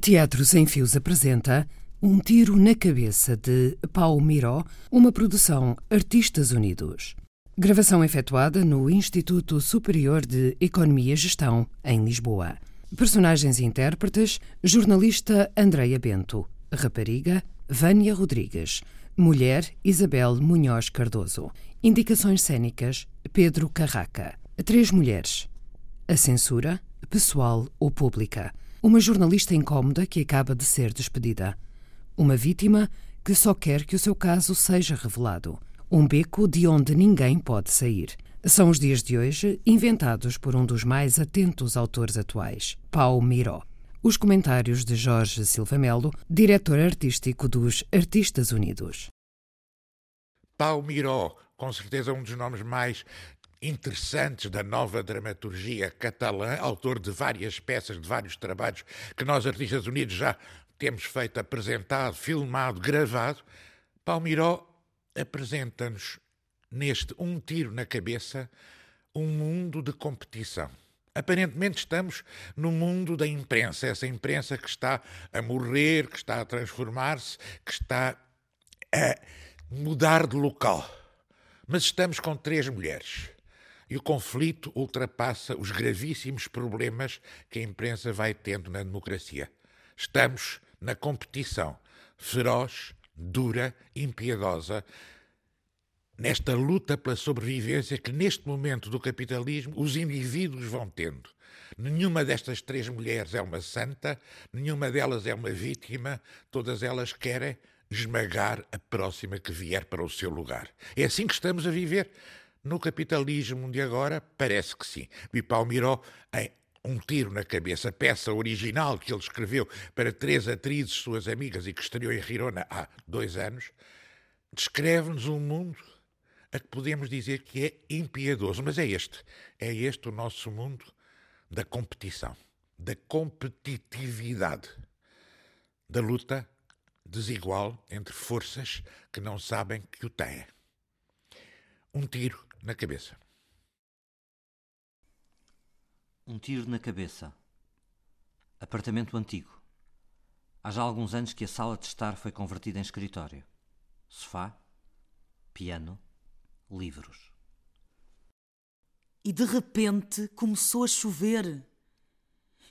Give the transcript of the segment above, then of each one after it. Teatro Sem Fios apresenta Um Tiro na Cabeça de Paulo Miró, uma produção Artistas Unidos. Gravação efetuada no Instituto Superior de Economia e Gestão, em Lisboa. Personagens e intérpretes: jornalista Andreia Bento, rapariga Vânia Rodrigues, mulher Isabel Munhoz Cardoso. Indicações cênicas: Pedro Carraca. Três mulheres. A censura, pessoal ou pública. Uma jornalista incómoda que acaba de ser despedida. Uma vítima que só quer que o seu caso seja revelado. Um beco de onde ninguém pode sair. São os dias de hoje inventados por um dos mais atentos autores atuais, Paulo Miró. Os comentários de Jorge Silva Melo, diretor artístico dos Artistas Unidos. Paulo Miró, com certeza um dos nomes mais interessantes da nova dramaturgia catalã, autor de várias peças, de vários trabalhos que nós, artistas unidos, já temos feito apresentado, filmado, gravado. Palmiró apresenta-nos neste Um Tiro na Cabeça um mundo de competição. Aparentemente estamos no mundo da imprensa, essa imprensa que está a morrer, que está a transformar-se, que está a É mudar de local. Mas estamos com três mulheres. E o conflito ultrapassa os gravíssimos problemas que a imprensa vai tendo na democracia. Estamos na competição feroz, dura, impiedosa, nesta luta pela sobrevivência que, neste momento do capitalismo, os indivíduos vão tendo. Nenhuma destas três mulheres é uma santa, nenhuma delas é uma vítima, todas elas querem esmagar a próxima que vier para o seu lugar. É assim que estamos a viver. No capitalismo de agora, parece que sim. E Palmiró, em Um Tiro na Cabeça, peça original que ele escreveu para três atrizes suas amigas e que estreou em Rirona há dois anos, descreve-nos um mundo a que podemos dizer que é impiedoso. Mas é este. É este o nosso mundo da competição, da competitividade, da luta desigual entre forças que não sabem que o têm. Um tiro na cabeça. Um tiro na cabeça. Apartamento antigo. Há já alguns anos que a sala de estar foi convertida em escritório. Sofá, piano, livros. E de repente começou a chover.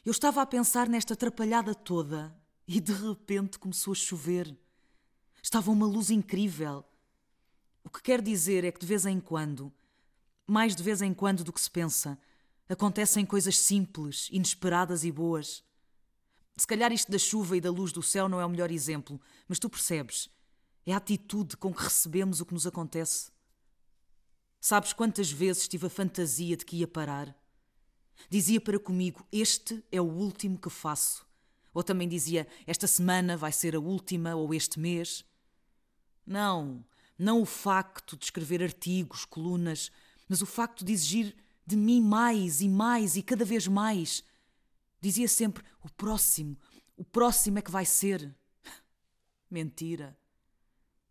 Eu estava a pensar nesta atrapalhada toda e de repente começou a chover. Estava uma luz incrível. O que quer dizer é que de vez em quando, mais de vez em quando do que se pensa, acontecem coisas simples, inesperadas e boas. Se calhar isto da chuva e da luz do céu não é o melhor exemplo, mas tu percebes. É a atitude com que recebemos o que nos acontece. Sabes quantas vezes tive a fantasia de que ia parar? Dizia para comigo: Este é o último que faço. Ou também dizia: Esta semana vai ser a última, ou este mês. Não, não o facto de escrever artigos, colunas, mas o facto de exigir de mim mais e mais e cada vez mais. Dizia sempre: o próximo, o próximo é que vai ser. Mentira.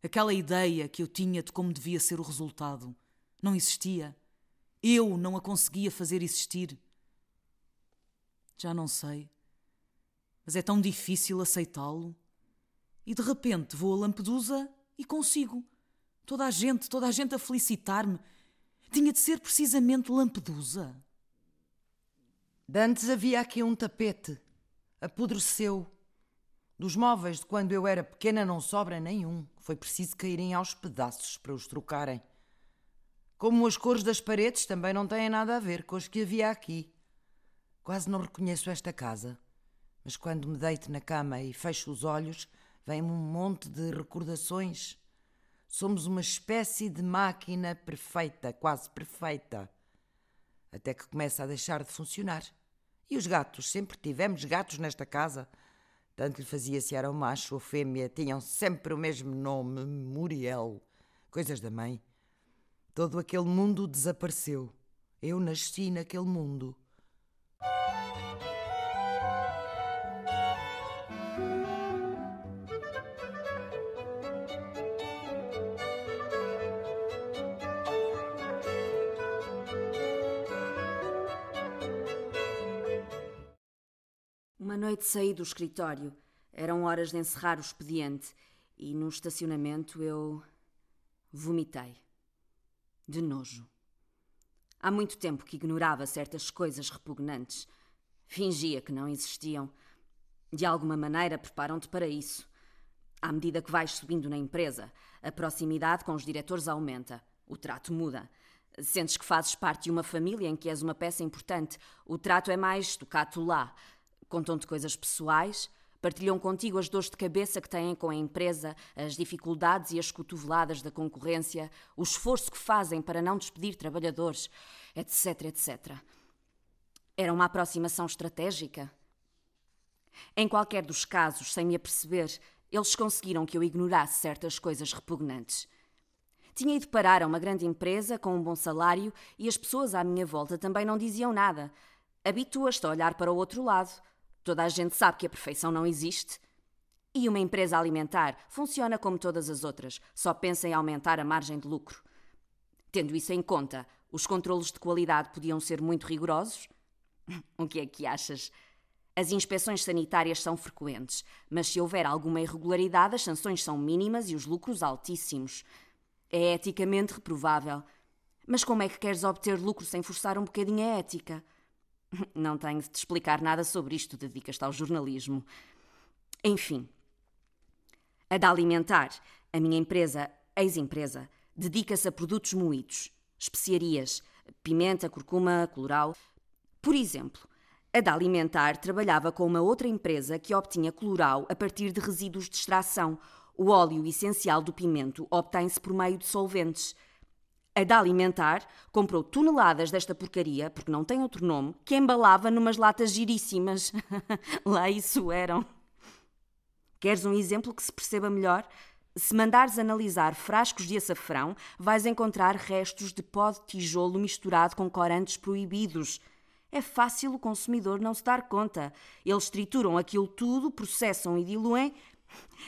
Aquela ideia que eu tinha de como devia ser o resultado não existia. Eu não a conseguia fazer existir. Já não sei. Mas é tão difícil aceitá-lo. E de repente vou a Lampedusa e consigo. Toda a gente, toda a gente a felicitar-me. Tinha de ser precisamente Lampedusa. Dantes havia aqui um tapete. Apodreceu. Dos móveis de quando eu era pequena não sobra nenhum. Foi preciso caírem aos pedaços para os trocarem. Como as cores das paredes também não têm nada a ver com as que havia aqui. Quase não reconheço esta casa. Mas quando me deito na cama e fecho os olhos, vem-me um monte de recordações. Somos uma espécie de máquina perfeita, quase perfeita. Até que começa a deixar de funcionar. E os gatos? Sempre tivemos gatos nesta casa. Tanto lhe fazia se era um macho ou fêmea, tinham sempre o mesmo nome, Muriel. Coisas da mãe. Todo aquele mundo desapareceu. Eu nasci naquele mundo. uma Uma noite saí do escritório. Eram horas de encerrar o expediente e no estacionamento eu vomitei. De nojo. Há muito tempo que ignorava certas coisas repugnantes. Fingia que não existiam. De alguma maneira preparam-te para isso. À medida que vais subindo na empresa, a proximidade com os diretores aumenta, o trato muda. Sentes que fazes parte de uma família em que és uma peça importante, o trato é mais tocato lá. Contam-te coisas pessoais, partilham contigo as dores de cabeça que têm com a empresa, as dificuldades e as cotoveladas da concorrência, o esforço que fazem para não despedir trabalhadores, etc, etc. Era uma aproximação estratégica? Em qualquer dos casos, sem me aperceber, eles conseguiram que eu ignorasse certas coisas repugnantes. Tinha ido parar a uma grande empresa com um bom salário e as pessoas à minha volta também não diziam nada. Habituas-te a olhar para o outro lado. Toda a gente sabe que a perfeição não existe. E uma empresa alimentar funciona como todas as outras, só pensa em aumentar a margem de lucro. Tendo isso em conta, os controlos de qualidade podiam ser muito rigorosos. o que é que achas? As inspeções sanitárias são frequentes, mas se houver alguma irregularidade, as sanções são mínimas e os lucros altíssimos. É eticamente reprovável. Mas como é que queres obter lucro sem forçar um bocadinho a ética? Não tenho de te explicar nada sobre isto, dedicas-te ao jornalismo. Enfim. A da Alimentar, a minha empresa, ex-empresa, dedica-se a produtos moídos, especiarias, pimenta, curcuma, colorau. Por exemplo, a da Alimentar trabalhava com uma outra empresa que obtinha colorau a partir de resíduos de extração. O óleo essencial do pimento obtém-se por meio de solventes. A da Alimentar comprou toneladas desta porcaria, porque não tem outro nome, que embalava numas latas giríssimas. Lá isso eram. Queres um exemplo que se perceba melhor? Se mandares analisar frascos de açafrão, vais encontrar restos de pó de tijolo misturado com corantes proibidos. É fácil o consumidor não se dar conta. Eles trituram aquilo tudo, processam e diluem.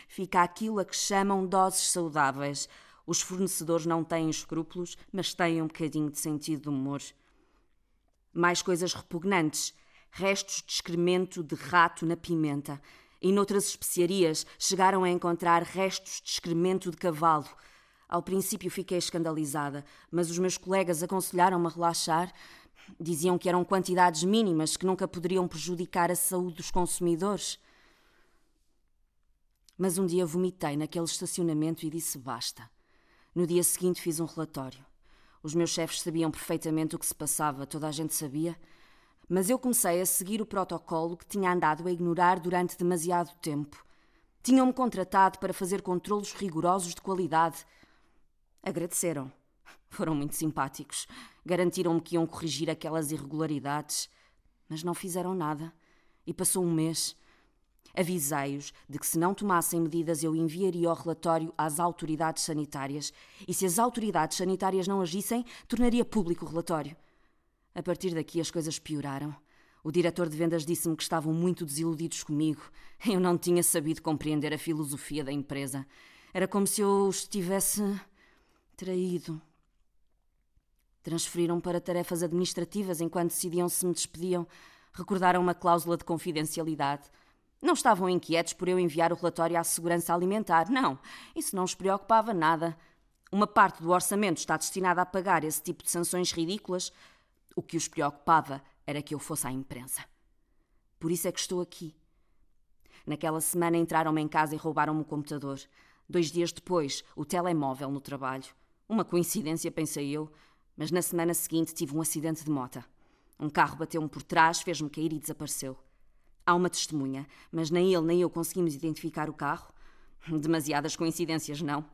Fica aquilo a que chamam doses saudáveis. Os fornecedores não têm escrúpulos, mas têm um bocadinho de sentido de humor. Mais coisas repugnantes: restos de excremento de rato na pimenta. E noutras especiarias chegaram a encontrar restos de excremento de cavalo. Ao princípio fiquei escandalizada, mas os meus colegas aconselharam-me a relaxar. Diziam que eram quantidades mínimas que nunca poderiam prejudicar a saúde dos consumidores. Mas um dia vomitei naquele estacionamento e disse basta. No dia seguinte fiz um relatório. Os meus chefes sabiam perfeitamente o que se passava, toda a gente sabia, mas eu comecei a seguir o protocolo que tinha andado a ignorar durante demasiado tempo. Tinham-me contratado para fazer controlos rigorosos de qualidade. Agradeceram. Foram muito simpáticos. Garantiram-me que iam corrigir aquelas irregularidades, mas não fizeram nada. E passou um mês. Avisei-os de que se não tomassem medidas eu enviaria o relatório às autoridades sanitárias e se as autoridades sanitárias não agissem, tornaria público o relatório. A partir daqui as coisas pioraram. O diretor de vendas disse-me que estavam muito desiludidos comigo. Eu não tinha sabido compreender a filosofia da empresa. Era como se eu os tivesse traído. Transferiram para tarefas administrativas enquanto decidiam se me despediam. Recordaram uma cláusula de confidencialidade. Não estavam inquietos por eu enviar o relatório à Segurança Alimentar. Não, isso não os preocupava nada. Uma parte do orçamento está destinada a pagar esse tipo de sanções ridículas. O que os preocupava era que eu fosse à imprensa. Por isso é que estou aqui. Naquela semana entraram-me em casa e roubaram-me o computador. Dois dias depois, o telemóvel no trabalho. Uma coincidência, pensei eu, mas na semana seguinte tive um acidente de mota. Um carro bateu-me por trás, fez-me cair e desapareceu. Há uma testemunha, mas nem ele nem eu conseguimos identificar o carro. Demasiadas coincidências, não.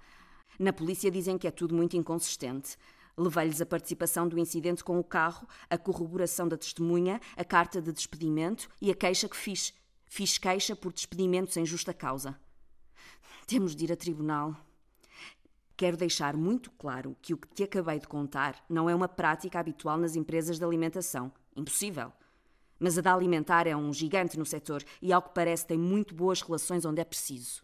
Na polícia dizem que é tudo muito inconsistente. Levei-lhes a participação do incidente com o carro, a corroboração da testemunha, a carta de despedimento e a queixa que fiz. Fiz queixa por despedimento sem justa causa. Temos de ir a tribunal. Quero deixar muito claro que o que te acabei de contar não é uma prática habitual nas empresas de alimentação. Impossível. Mas a da alimentar é um gigante no setor e, ao que parece, tem muito boas relações onde é preciso.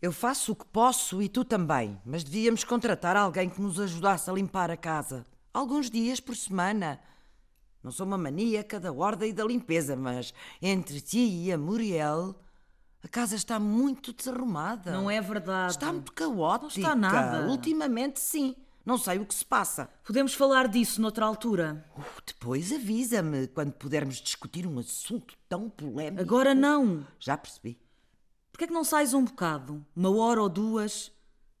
Eu faço o que posso e tu também, mas devíamos contratar alguém que nos ajudasse a limpar a casa. Alguns dias por semana. Não sou uma maníaca da ordem e da limpeza, mas entre ti e a Muriel, a casa está muito desarrumada. Não é verdade. Está muito caótica. Não está nada. Ultimamente, sim. Não sei o que se passa. Podemos falar disso noutra altura. Uh, depois avisa-me quando pudermos discutir um assunto tão polémico. Agora não. Já percebi. Porquê é que não sais um bocado? Uma hora ou duas?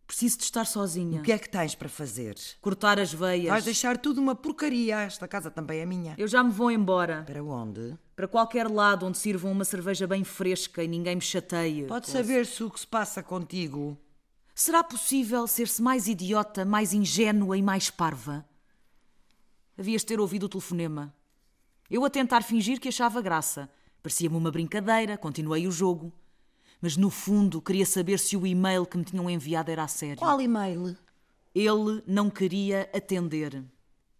Preciso de estar sozinha. O que é que tens para fazer? Cortar as veias. Vais deixar tudo uma porcaria. Esta casa também é minha. Eu já me vou embora. Para onde? Para qualquer lado onde sirvam uma cerveja bem fresca e ninguém me chateia. Pode saber-se o que se passa contigo. Será possível ser-se mais idiota, mais ingênua e mais parva? Havias de ter ouvido o telefonema. Eu a tentar fingir que achava graça. Parecia-me uma brincadeira, continuei o jogo. Mas no fundo queria saber se o e-mail que me tinham enviado era a sério. Qual e-mail? Ele não queria atender.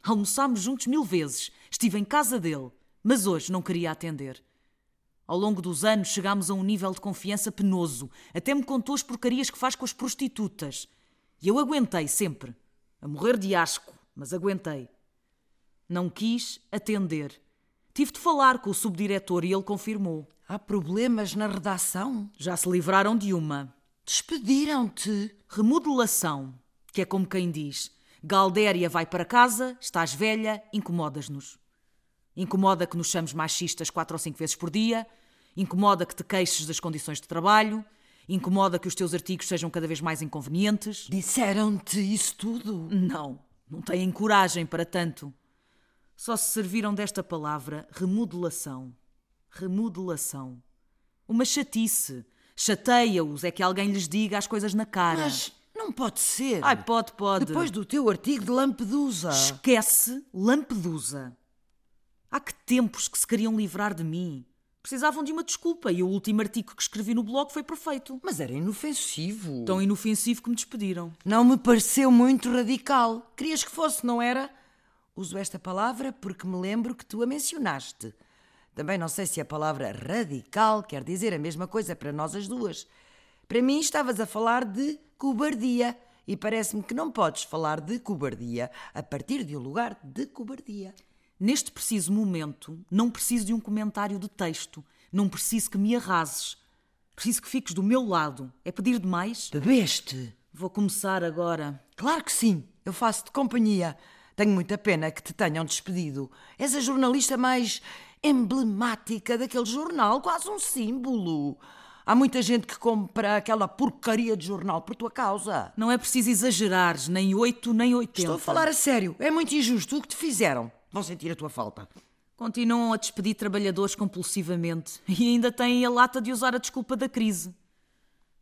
Almoçámos juntos mil vezes. Estive em casa dele, mas hoje não queria atender. Ao longo dos anos chegámos a um nível de confiança penoso. Até me contou as porcarias que faz com as prostitutas. E eu aguentei sempre. A morrer de asco, mas aguentei. Não quis atender. Tive de falar com o subdiretor e ele confirmou. Há problemas na redação? Já se livraram de uma. Despediram-te? Remodelação, que é como quem diz: Galdéria vai para casa, estás velha, incomodas-nos. Incomoda que nos chames machistas quatro ou cinco vezes por dia, incomoda que te queixes das condições de trabalho, incomoda que os teus artigos sejam cada vez mais inconvenientes. Disseram-te isso tudo? Não, não têm coragem para tanto. Só se serviram desta palavra remodelação remodelação. Uma chatice. Chateia-os é que alguém lhes diga as coisas na cara. Mas não pode ser. Ai, pode, pode. Depois do teu artigo de Lampedusa. Esquece Lampedusa. Há que tempos que se queriam livrar de mim. Precisavam de uma desculpa e o último artigo que escrevi no blog foi perfeito. Mas era inofensivo. Tão inofensivo que me despediram. Não me pareceu muito radical. Querias que fosse, não era? Uso esta palavra porque me lembro que tu a mencionaste. Também não sei se a palavra radical quer dizer a mesma coisa para nós as duas. Para mim, estavas a falar de cobardia. E parece-me que não podes falar de cobardia a partir de um lugar de cobardia. Neste preciso momento, não preciso de um comentário de texto. Não preciso que me arrases. Preciso que fiques do meu lado. É pedir demais? Bebeste? Vou começar agora. Claro que sim. Eu faço-te companhia. Tenho muita pena que te tenham despedido. És a jornalista mais emblemática daquele jornal, quase um símbolo. Há muita gente que compra aquela porcaria de jornal por tua causa. Não é preciso exagerares, nem 8 nem 80. Estou a falar a sério. É muito injusto o que te fizeram. Vão sentir a tua falta. Continuam a despedir trabalhadores compulsivamente e ainda têm a lata de usar a desculpa da crise.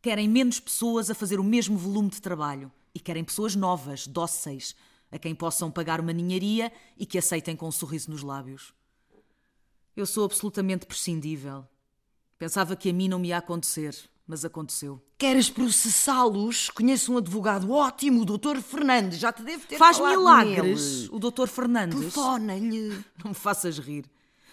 Querem menos pessoas a fazer o mesmo volume de trabalho e querem pessoas novas, dóceis, a quem possam pagar uma ninharia e que aceitem com um sorriso nos lábios. Eu sou absolutamente prescindível. Pensava que a mim não me ia acontecer, mas aconteceu. Queres processá-los? Conheço um advogado ótimo, o Dr. Fernandes. Já te devo ter Faz falado milagres, nele. o Dr. Fernandes. Telefona-lhe. Não me faças rir.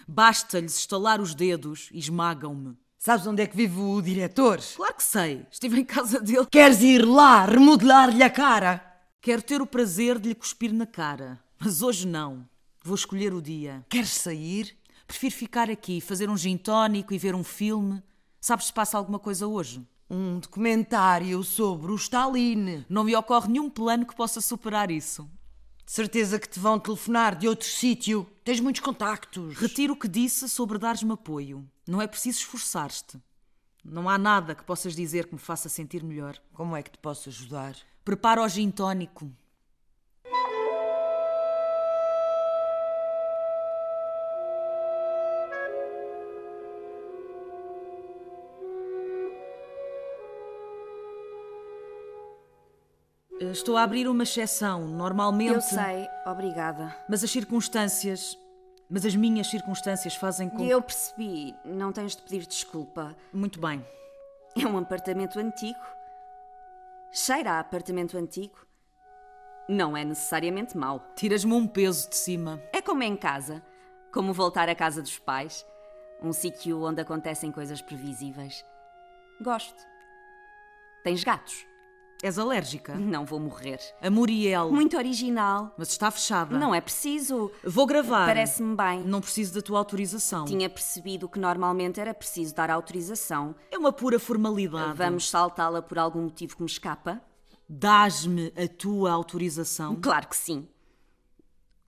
Basta-lhes estalar os dedos e esmagam-me. Sabes onde é que vive o diretor? Claro que sei. Estive em casa dele. Queres ir lá remodelar-lhe a cara? Quero ter o prazer de lhe cuspir na cara, mas hoje não. Vou escolher o dia. Queres sair? Prefiro ficar aqui, fazer um gin tónico e ver um filme. Sabes se passa alguma coisa hoje? Um documentário sobre o Stalin. Não me ocorre nenhum plano que possa superar isso. De certeza que te vão telefonar de outro sítio. Tens muitos contactos. Retiro o que disse sobre dares-me apoio. Não é preciso esforçar-te. Não há nada que possas dizer que me faça sentir melhor. Como é que te posso ajudar? Prepara o gin tónico. Eh, Estou a abrir uma exceção. Normalmente. Eu sei, obrigada. Mas as circunstâncias. Mas as minhas circunstâncias fazem com. E eu percebi, não tens de pedir desculpa. Muito bem. É um apartamento antigo. Cheira a apartamento antigo. Não é necessariamente mau. Tiras-me um peso de cima. É como em casa, como voltar à casa dos pais, um sítio onde acontecem coisas previsíveis. Gosto. Tens gatos? És alérgica. Não vou morrer. A Muriel. Muito original. Mas está fechada. Não é preciso. Vou gravar. Parece-me bem. Não preciso da tua autorização. Tinha percebido que normalmente era preciso dar autorização. É uma pura formalidade. Vamos saltá-la por algum motivo que me escapa? Dás-me a tua autorização? Claro que sim.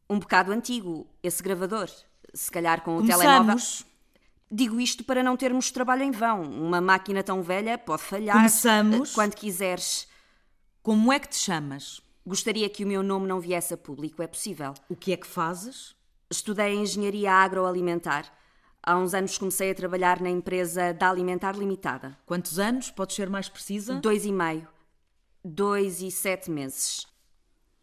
Um bocado antigo, esse gravador. Se calhar com o Começamos. telemóvel. Digo isto para não termos trabalho em vão. Uma máquina tão velha pode falhar. Começamos. eh, Quando quiseres. Como é que te chamas? Gostaria que o meu nome não viesse a público, é possível. O que é que fazes? Estudei Engenharia Agroalimentar. Há uns anos comecei a trabalhar na empresa da Alimentar Limitada. Quantos anos? Podes ser mais precisa? Dois e meio. Dois e sete meses.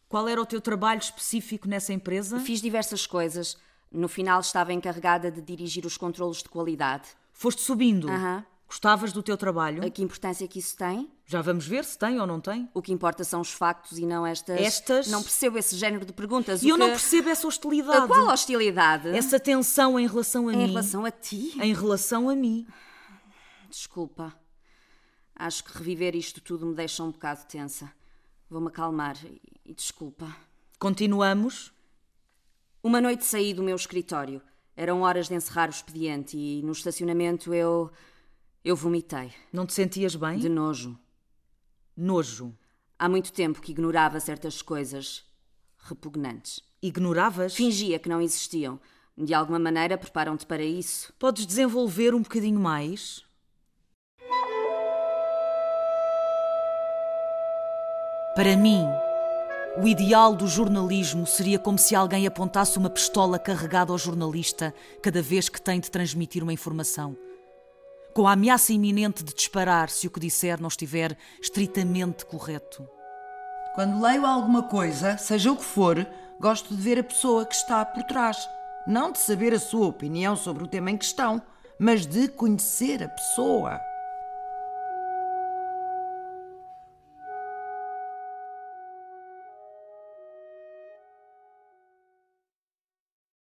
Qual era o teu trabalho específico nessa empresa? Fiz diversas coisas. No final estava encarregada de dirigir os controlos de qualidade. Foste subindo. Aham. Gostavas do teu trabalho? A que importância que isso tem? Já vamos ver se tem ou não tem. O que importa são os factos e não estas... Estas? Não percebo esse género de perguntas. E o eu não que- percebo essa hostilidade. A qual hostilidade? Essa é tensão em relação a Em mim. relação a ti? Em relação a mim. Desculpa. Acho que reviver isto tudo me deixa um bocado tensa. Vou-me acalmar e- e desculpa. Continuamos. Uma noite saí do meu escritório. Eram horas de encerrar o expediente e no estacionamento eu. eu vomitei. Não te sentias bem? De nojo. Nojo. Há muito tempo que ignorava certas coisas repugnantes. Ignoravas? Fingia que não existiam. De alguma maneira preparam-te para isso. Podes desenvolver um bocadinho mais? Para mim, o ideal do jornalismo seria como se alguém apontasse uma pistola carregada ao jornalista cada vez que tem de transmitir uma informação. Com a ameaça iminente de disparar se o que disser não estiver estritamente correto. Quando leio alguma coisa, seja o que for, gosto de ver a pessoa que está por trás. Não de saber a sua opinião sobre o tema em questão, mas de conhecer a pessoa.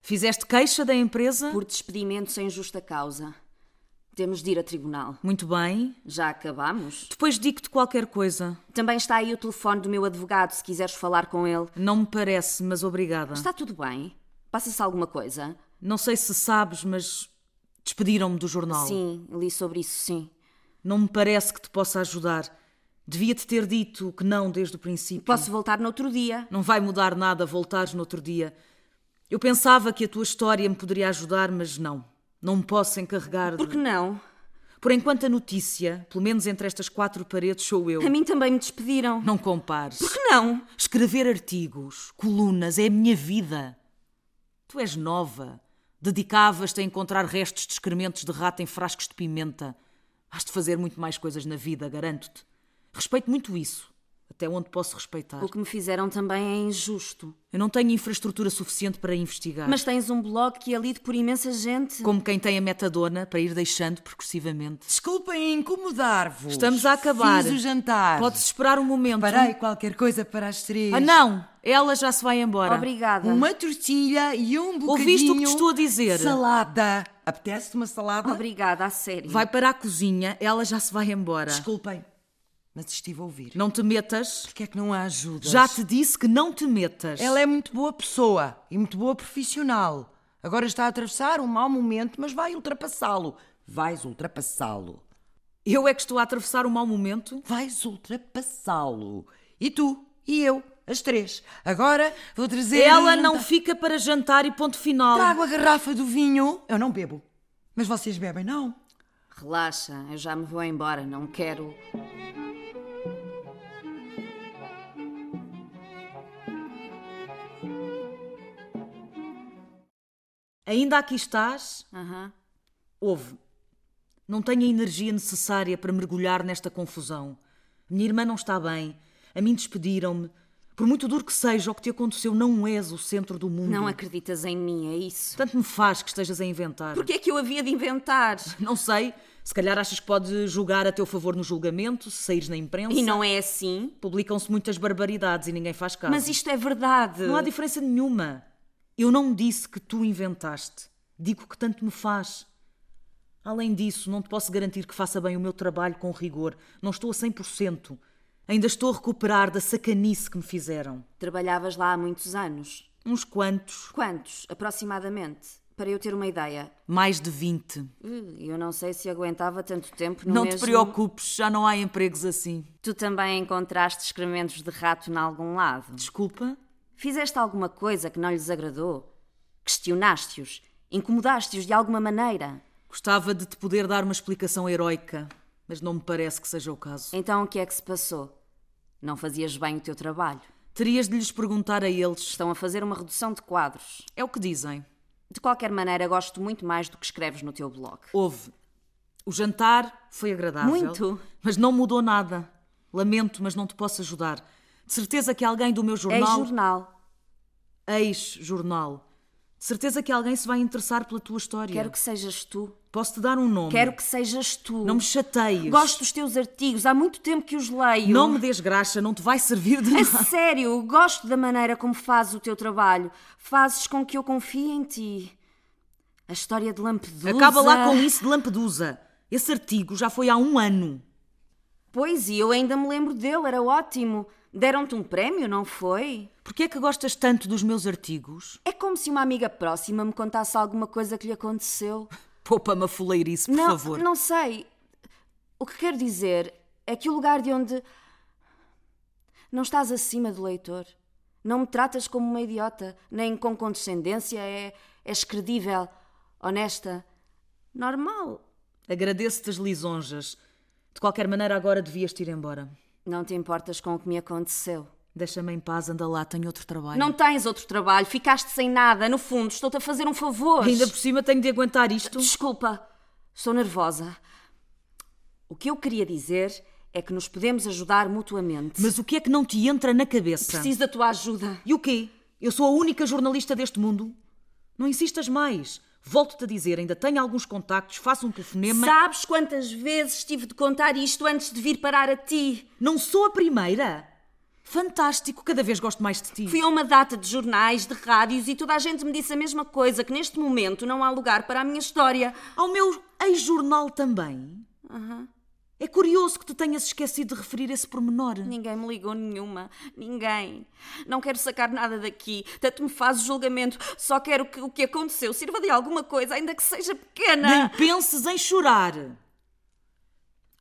Fizeste queixa da empresa? Por despedimento sem justa causa. Temos de ir a tribunal. Muito bem. Já acabamos? Depois digo-te qualquer coisa. Também está aí o telefone do meu advogado, se quiseres falar com ele. Não me parece, mas obrigada. Está tudo bem? Passa-se alguma coisa? Não sei se sabes, mas despediram-me do jornal. Sim, li sobre isso, sim. Não me parece que te possa ajudar. Devia-te ter dito que não desde o princípio. Posso voltar no outro dia. Não vai mudar nada voltares no outro dia. Eu pensava que a tua história me poderia ajudar, mas não. Não me posso encarregar. de- Por que não? Por enquanto, a notícia, pelo menos entre estas quatro paredes, sou eu. A mim também me despediram. Não compares. Por que não? Escrever artigos, colunas, é a minha vida. Tu és nova. Dedicavas-te a encontrar restos de excrementos de rato em frascos de pimenta. Has de fazer muito mais coisas na vida, garanto-te. Respeito muito isso. Até onde posso respeitar. O que me fizeram também é injusto. Eu não tenho infraestrutura suficiente para investigar. Mas tens um blog que é lido por imensa gente. Como quem tem a metadona para ir deixando percursivamente. Desculpem incomodar-vos. Estamos a acabar. Fiz o jantar. Podes esperar um momento. Parei qualquer coisa para as três. Ah, não! Ela já se vai embora. Obrigada. Uma tortilha e um bocadinho... Ouviste o que te estou a dizer? Salada. Apetece-te uma salada? Obrigada, a sério. Vai para a cozinha, ela já se vai embora. Desculpem, mas estive a ouvir. Não te metas. Porquê é que não a ajudas? Já te disse que não te metas. Ela é muito boa pessoa e muito boa profissional. Agora está a atravessar um mau momento, mas vai ultrapassá-lo. Vais ultrapassá-lo. Eu é que estou a atravessar um mau momento. Vais ultrapassá-lo. E tu, e eu, as três. Agora vou trazer. Ela não Tra- fica para jantar e ponto final. Trago a garrafa do vinho. Eu não bebo. Mas vocês bebem, não? Relaxa, eu já me vou embora, não quero. Ainda aqui estás? Aham. Ouve. Não tenho a energia necessária para mergulhar nesta confusão. Minha irmã não está bem. A mim despediram-me. Por muito duro que seja o que te aconteceu, não és o centro do mundo. Não acreditas em mim, é isso. Tanto me faz que estejas a inventar. Porquê é que eu havia de inventar? Não sei. Se calhar achas que pode julgar a teu favor no julgamento, se saíres na imprensa. E não é assim? Publicam-se muitas barbaridades e ninguém faz caso. Mas isto é verdade. Não há diferença nenhuma. Eu não disse que tu inventaste. Digo que tanto me faz. Além disso, não te posso garantir que faça bem o meu trabalho com rigor. Não estou a 100%. Ainda estou a recuperar da sacanice que me fizeram. Trabalhavas lá há muitos anos. Uns quantos? Quantos, aproximadamente? Para eu ter uma ideia. Mais de 20. Uh, Eu não sei se aguentava tanto tempo no não é mesmo... te preocupes, já não há empregos assim. Tu também encontraste excrementos de rato em algum lado. Desculpa? Fizeste alguma coisa que não lhes agradou? Questionaste-os? Incomodaste-os de alguma maneira? Gostava de te poder dar uma explicação heroica, mas não me parece que seja o caso. Então o que é que se passou? Não fazias bem o teu trabalho. Terias de lhes perguntar a eles. Estão a fazer uma redução de quadros. É o que dizem. De qualquer maneira, gosto muito mais do que escreves no teu blog. Houve. O jantar foi agradável. Muito. Mas não mudou nada. Lamento, mas não te posso ajudar. De certeza que alguém do meu É jornal. jornal. Ex-jornal. De certeza que alguém se vai interessar pela tua história. Quero que sejas tu. Posso-te dar um nome. Quero que sejas tu. Não me chateies. Gosto dos teus artigos, há muito tempo que os leio. Não me des graxa, não te vai servir de A nada. sério, gosto da maneira como fazes o teu trabalho. Fazes com que eu confie em ti. A história de Lampedusa... Acaba lá com isso de Lampedusa. Esse artigo já foi há um ano. Pois, e eu ainda me lembro dele, era ótimo. Deram-te um prémio, não foi? Porquê é que gostas tanto dos meus artigos? É como se uma amiga próxima me contasse alguma coisa que lhe aconteceu. Poupa-me a fuleirice, por não, favor. não sei. O que quero dizer é que o lugar de onde. Não estás acima do leitor. Não me tratas como uma idiota, nem com condescendência. É, és credível, honesta, normal. Agradeço-te as lisonjas. De qualquer maneira, agora devias te ir embora. Não te importas com o que me aconteceu. Deixa-me em paz, anda lá, tenho outro trabalho. Não tens outro trabalho, ficaste sem nada. No fundo, estou-te a fazer um favor. Ainda por cima tenho de aguentar isto. Desculpa, estou nervosa. O que eu queria dizer é que nos podemos ajudar mutuamente. Mas o que é que não te entra na cabeça? preciso da tua ajuda. E o quê? Eu sou a única jornalista deste mundo? Não insistas mais. Volto-te a dizer, ainda tenho alguns contactos, faço um telefonema. Sabes quantas vezes tive de contar isto antes de vir parar a ti? Não sou a primeira. Fantástico, cada vez gosto mais de ti. Fui a uma data de jornais, de rádios e toda a gente me disse a mesma coisa: que neste momento não há lugar para a minha história. Ao meu ex-jornal também. É curioso que tu tenhas esquecido de referir esse pormenor. Ninguém me ligou nenhuma. Ninguém. Não quero sacar nada daqui. Tanto me faz o julgamento. Só quero que o que aconteceu sirva de alguma coisa, ainda que seja Nem pequena. penses em chorar.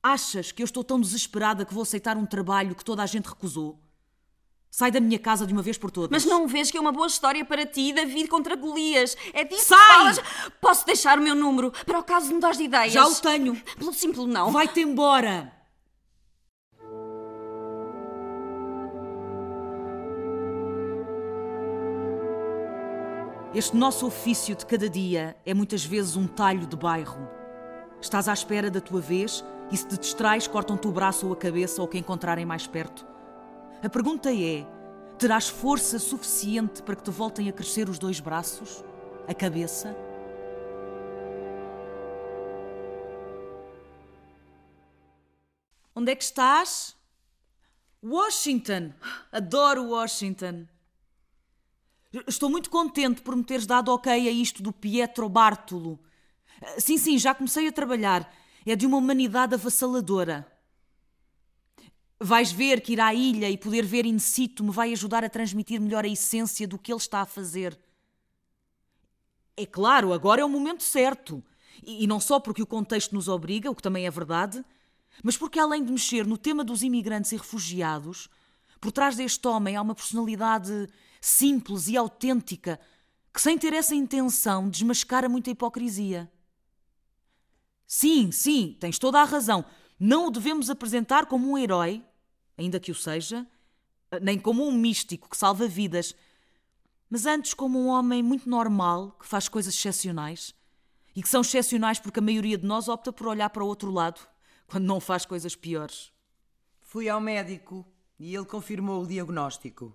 Achas que eu estou tão desesperada que vou aceitar um trabalho que toda a gente recusou? Sai da minha casa de uma vez por todas. Mas não vês que é uma boa história para ti, David contra Golias? É disso que Sai! falas? Posso deixar o meu número para o caso de mudares de ideias? Já o tenho. Pelo simples não. Vai-te embora. Este nosso ofício de cada dia é muitas vezes um talho de bairro. Estás à espera da tua vez e se te distrais, cortam-te o braço ou a cabeça ou o que encontrarem mais perto. A pergunta é: terás força suficiente para que te voltem a crescer os dois braços? A cabeça? Onde é que estás? Washington! Adoro Washington! Estou muito contente por me teres dado ok a isto do Pietro Bartolo. Ah, Sim, sim, já comecei a trabalhar. É de uma humanidade avassaladora. Vais ver que ir à ilha e poder ver in situ me vai ajudar a transmitir melhor a essência do que ele está a fazer. É claro, agora é o momento certo. E, e não só porque o contexto nos obriga, o que também é verdade, mas porque além de mexer no tema dos imigrantes e refugiados, por trás deste homem há uma personalidade simples e autêntica que, sem ter essa intenção, desmascara muita hipocrisia. Sim, sim, tens toda a razão. Não o devemos apresentar como um herói, ainda que o seja, nem como um místico que salva vidas mas antes como um homem muito normal que faz coisas excepcionais e que são excepcionais porque a maioria de nós opta por olhar para o outro lado quando não faz coisas piores. Fui ao médico e ele confirmou o diagnóstico.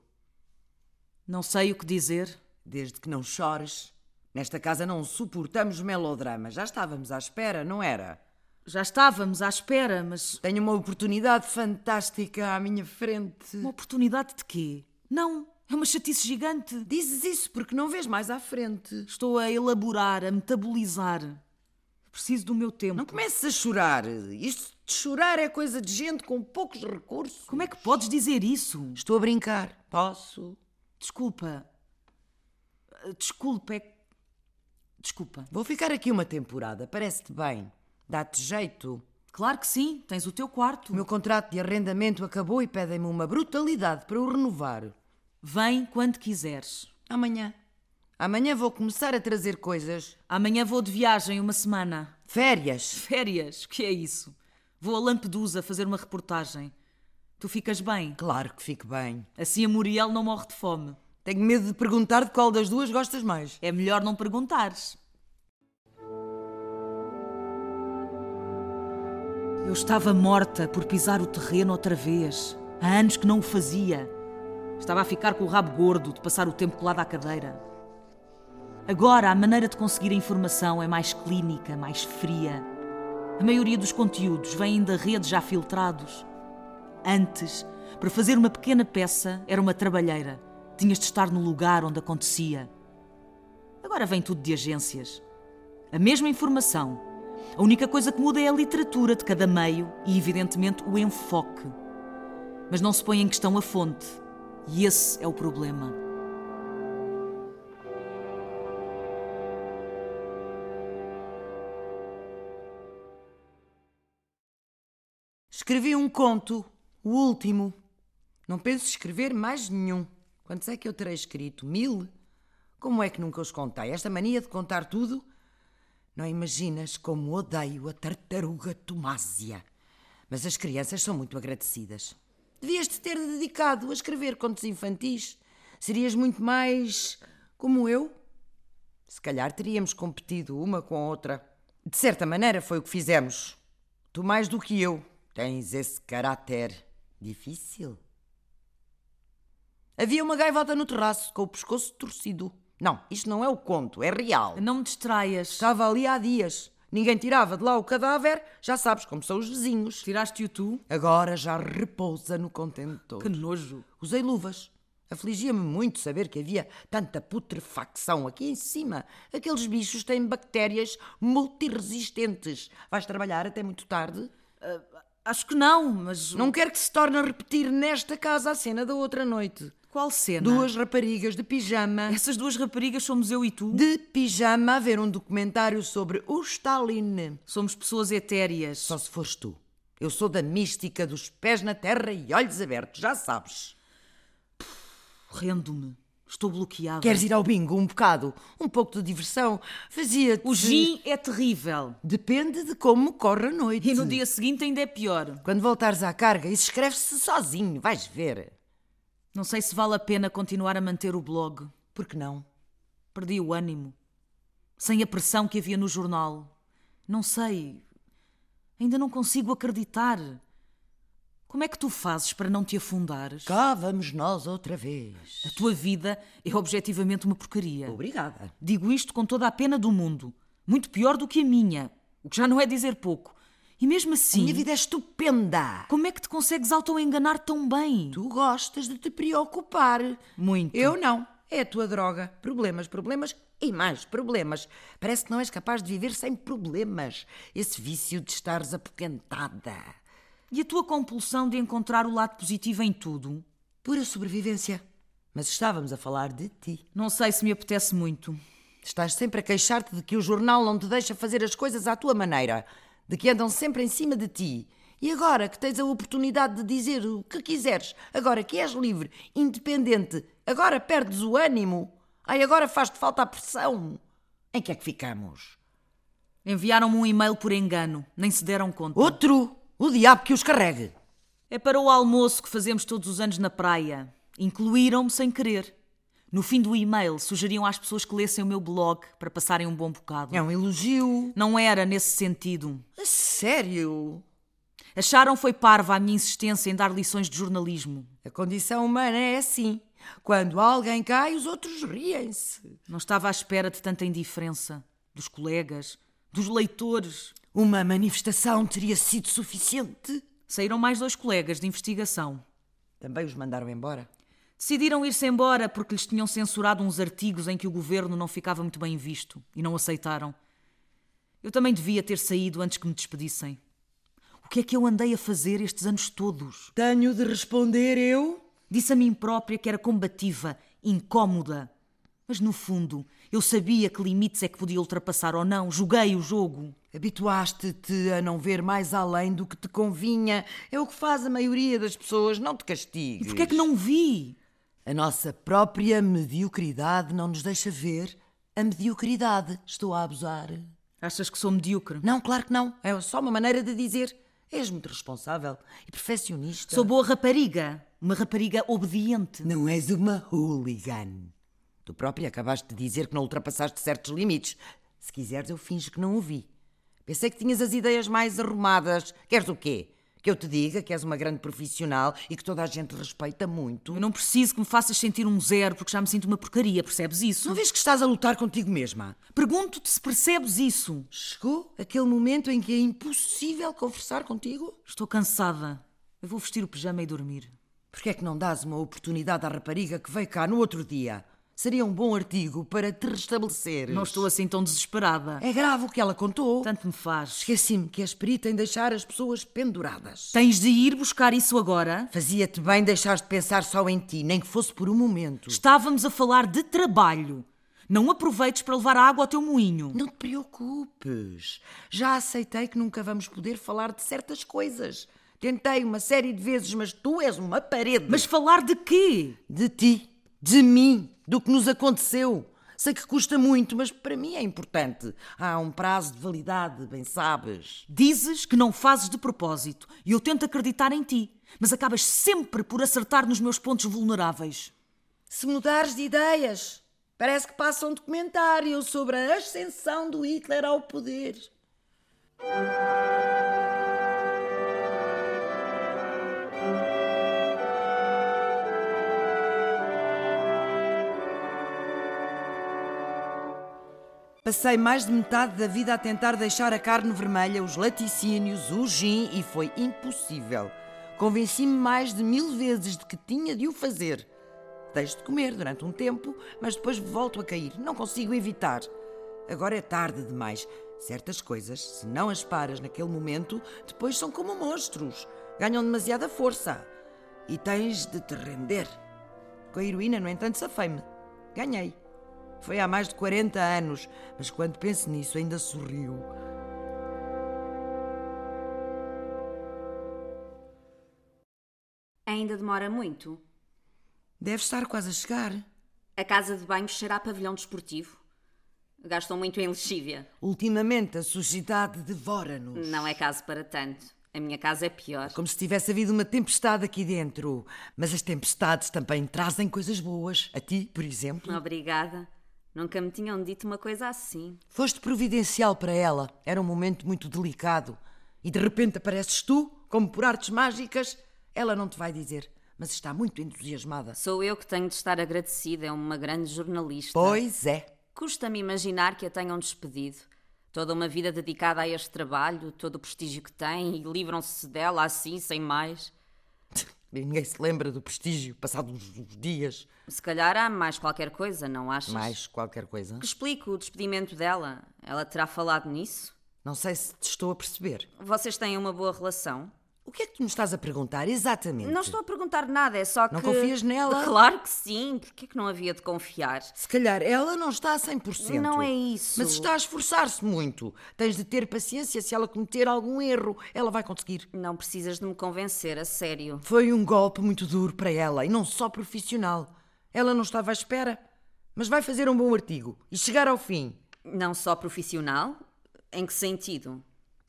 Não sei o que dizer. Desde que não chores. Nesta casa não suportamos melodrama. Já estávamos à espera, não era? Já estávamos à espera, mas Tenho uma oportunidade fantástica à minha frente. uma oportunidade de quê? Não, é uma chatice gigante. Dizes isso porque não vês mais à frente. Estou a elaborar, a metabolizar. Preciso do meu tempo. Não é comeces a chorar. Isto de chorar é coisa de gente com poucos recursos. Como é que podes dizer isso? Estou a brincar. Posso? Desculpa. Desculpa, é. que- Desculpa. Vou ficar aqui uma temporada. Parece-te bem. Dá-te jeito. Claro que sim, tens o teu quarto. O meu contrato de arrendamento acabou e pedem-me uma brutalidade para o renovar. Vem quando quiseres. Amanhã. Amanhã vou começar a trazer coisas. Amanhã vou de viagem uma semana. Férias. Férias, o que é isso? Vou a Lampedusa fazer uma reportagem. Tu ficas bem? Claro que fico bem. Assim a Muriel não morre de fome. Tenho medo de perguntar de qual das duas gostas mais. É melhor não perguntares. Eu estava morta por pisar o terreno outra vez. Há anos que não o fazia. Estava a ficar com o rabo gordo de passar o tempo colado à cadeira. Agora, a maneira de conseguir a informação é mais clínica, mais fria. A maioria dos conteúdos vêm da rede já filtrados. Antes, para fazer uma pequena peça, era uma trabalheira. Tinhas de estar no lugar onde acontecia. Agora vem tudo de agências. A mesma informação. A única coisa que muda é a literatura de cada meio e, evidentemente, o enfoque. Mas não se põe em questão a fonte. E esse é o problema. Escrevi um conto, o último. Não penso escrever mais nenhum. Quantos é que eu terei escrito? Mil? Como é que nunca os contei? Esta mania de contar tudo? Não imaginas como odeio a tartaruga tomásia. Mas as crianças são muito agradecidas. Devias-te ter dedicado a escrever contos infantis. Serias muito mais como eu. Se calhar teríamos competido uma com a outra. De certa maneira foi o que fizemos. Tu mais do que eu tens esse caráter difícil. Havia uma gaivota no terraço com o pescoço torcido. Não, isto não é o conto, é real. Não me distraias. Estava ali há dias. Ninguém tirava de lá o cadáver, já sabes como são os vizinhos. Tiraste-o tu? Agora já repousa no contentor. Que nojo. Usei luvas. Afligia-me muito saber que havia tanta putrefacção aqui em cima. Aqueles bichos têm bactérias multiresistentes. Vais trabalhar até muito tarde? Acho que não, mas. Não quero que se torne a repetir nesta casa a cena da outra noite. Qual cena? Duas raparigas de pijama. Essas duas raparigas somos eu e tu? De pijama a ver um documentário sobre o Stalin. Somos pessoas etéreas. Só se fores tu. Eu sou da mística dos pés na terra e olhos abertos, já sabes. Rendo-me. Estou bloqueada. Queres ir ao bingo um bocado? Um pouco de diversão? Fazia-te... O gin é terrível. Depende de como corre a noite. E no dia seguinte ainda é pior. Quando voltares à carga, isso escreve-se sozinho, vais ver. Não sei se vale a pena continuar a manter o blog. Por que não? Perdi o ânimo. Sem a pressão que havia no jornal. Não sei. Ainda não consigo acreditar. Como é que tu fazes para não te afundares? Cá vamos nós outra vez. A tua vida é objetivamente uma porcaria. Obrigada. Digo isto com toda a pena do mundo. Muito pior do que a minha. O que já não é dizer pouco. E mesmo A minha assim, vida é estupenda. como é que te consegues autoenganar tão bem? Tu gostas de te preocupar. Muito. Eu não. É a tua droga. Problemas, problemas e mais problemas. Parece que não és capaz de viver sem problemas. Esse vício de estares apoquentada. E a tua compulsão de encontrar o lado positivo em tudo? Pura sobrevivência. Mas estávamos a falar de ti. Não sei se me apetece muito. Estás sempre a queixar-te de que o jornal não te deixa fazer as coisas à tua maneira, de que andam sempre em cima de ti. E agora que tens a oportunidade de dizer o que quiseres, agora que és livre, independente, agora perdes o ânimo. Ai, agora faz-te falta a pressão. Em que é que ficamos? Enviaram-me um e-mail por engano, nem se deram conta. Outro! O diabo que os carregue! É para o almoço que fazemos todos os anos na praia. Incluíram-me sem querer. No fim do e-mail, sugeriam às pessoas que lessem o meu blog para passarem um bom bocado. É um elogio. Não era nesse sentido. A sério? Acharam foi parva a minha insistência em dar lições de jornalismo. A condição humana é assim. Quando alguém cai, os outros riem-se. Não estava à espera de tanta indiferença. Dos colegas, dos leitores. Uma manifestação teria sido suficiente? Saíram mais dois colegas de investigação. Também os mandaram embora? Decidiram ir-se embora porque lhes tinham censurado uns artigos em que o governo não ficava muito bem visto e não aceitaram. Eu também devia ter saído antes que me despedissem. O que é que eu andei a fazer estes anos todos? Tenho de responder eu? Disse a mim própria que era combativa, incómoda. Mas no fundo, eu sabia que limites é que podia ultrapassar ou não, joguei o jogo. Habituaste-te a não ver mais além do que te convinha. É o que faz a maioria das pessoas, não te castigues. E porquê é que não vi? A nossa própria mediocridade não nos deixa ver a mediocridade. Estou a abusar. Achas que sou medíocre? Não, claro que não. É só uma maneira de dizer. És muito responsável e perfeccionista. Sou boa rapariga. Uma rapariga obediente. Não és uma hooligan. Tu própria acabaste de dizer que não ultrapassaste certos limites. Se quiseres, eu finjo que não ouvi. Pensei que tinhas as ideias mais arrumadas. Queres o quê? Que eu te diga que és uma grande profissional e que toda a gente respeita muito. Eu não preciso que me faças sentir um zero porque já me sinto uma porcaria, percebes isso? Não vês que estás a lutar contigo mesma? Pergunto-te se percebes isso. Chegou aquele momento em que é impossível conversar contigo? Estou cansada. Eu vou vestir o pijama e dormir. Porquê é que não dás uma oportunidade à rapariga que veio cá no outro dia? Seria um bom artigo para te restabeleceres. Não estou assim tão desesperada. É grave o que ela contou. Tanto me faz. Esqueci-me que és perita em deixar as pessoas penduradas. Tens de ir buscar isso agora? Fazia-te bem deixar de pensar só em ti, nem que fosse por um momento. Estávamos a falar de trabalho. Não aproveites para levar água ao teu moinho. Não te preocupes. Já aceitei que nunca vamos poder falar de certas coisas. Tentei uma série de vezes, mas tu és uma parede. Mas falar de quê? De ti, de mim, do que nos aconteceu. Sei que custa muito, mas para mim é importante. Há um prazo de validade, bem sabes. Dizes que não fazes de propósito e eu tento acreditar em ti, mas acabas sempre por acertar nos meus pontos vulneráveis. Se mudares de ideias, parece que passa um documentário sobre a ascensão do Hitler ao poder. Passei mais de metade da vida a tentar deixar a carne vermelha, os laticínios, o gin e foi impossível. Convenci-me mais de mil vezes de que tinha de o fazer. Deixo de comer durante um tempo, mas depois volto a cair. Não consigo evitar. Agora é tarde demais. Certas coisas, se não as paras naquele momento, depois são como monstros. Ganham demasiada força. E tens de te render. Com a heroína, no entanto, safei-me. Ganhei. Foi há mais de 40 anos, mas quando penso nisso ainda sorrio. Ainda demora muito. Deve estar quase a chegar. A casa de banho cheira a pavilhão desportivo. Gastam muito em lexívia. Ultimamente a sociedade devora-nos. Não é caso para tanto. A minha casa é pior. Como se tivesse havido uma tempestade aqui dentro. Mas as tempestades também trazem coisas boas. A ti, por é exemplo. Obrigada. Nunca me tinham dito uma coisa assim. Foste providencial para ela. Era um momento muito delicado. E de repente apareces tu, como por artes mágicas. Ela não te vai dizer, mas está muito entusiasmada. Sou eu que tenho de estar agradecida. É uma grande jornalista. Pois é. Custa-me imaginar que a tenham despedido. Toda uma vida dedicada a este trabalho, todo o prestígio que tem, e livram-se dela assim, sem mais. Ninguém se lembra do prestígio passados os dias. Se calhar há mais qualquer coisa, não achas? Mais qualquer coisa. Que explique o despedimento dela. Ela terá falado nisso? Não sei se te estou a perceber. Vocês têm uma boa relação? O que é que tu me estás a perguntar exatamente? Não estou a perguntar nada, é só que. Não confias nela? Claro que sim, porque é que não havia de confiar? Se calhar ela não está a 100%. Não é isso. Mas está a esforçar-se muito. Tens de ter paciência se ela cometer algum erro. Ela vai conseguir. Não precisas de me convencer, a sério. Foi um golpe muito duro para ela e não só profissional. Ela não estava à espera, mas vai fazer um bom artigo e chegar ao fim. Não só profissional? Em que sentido?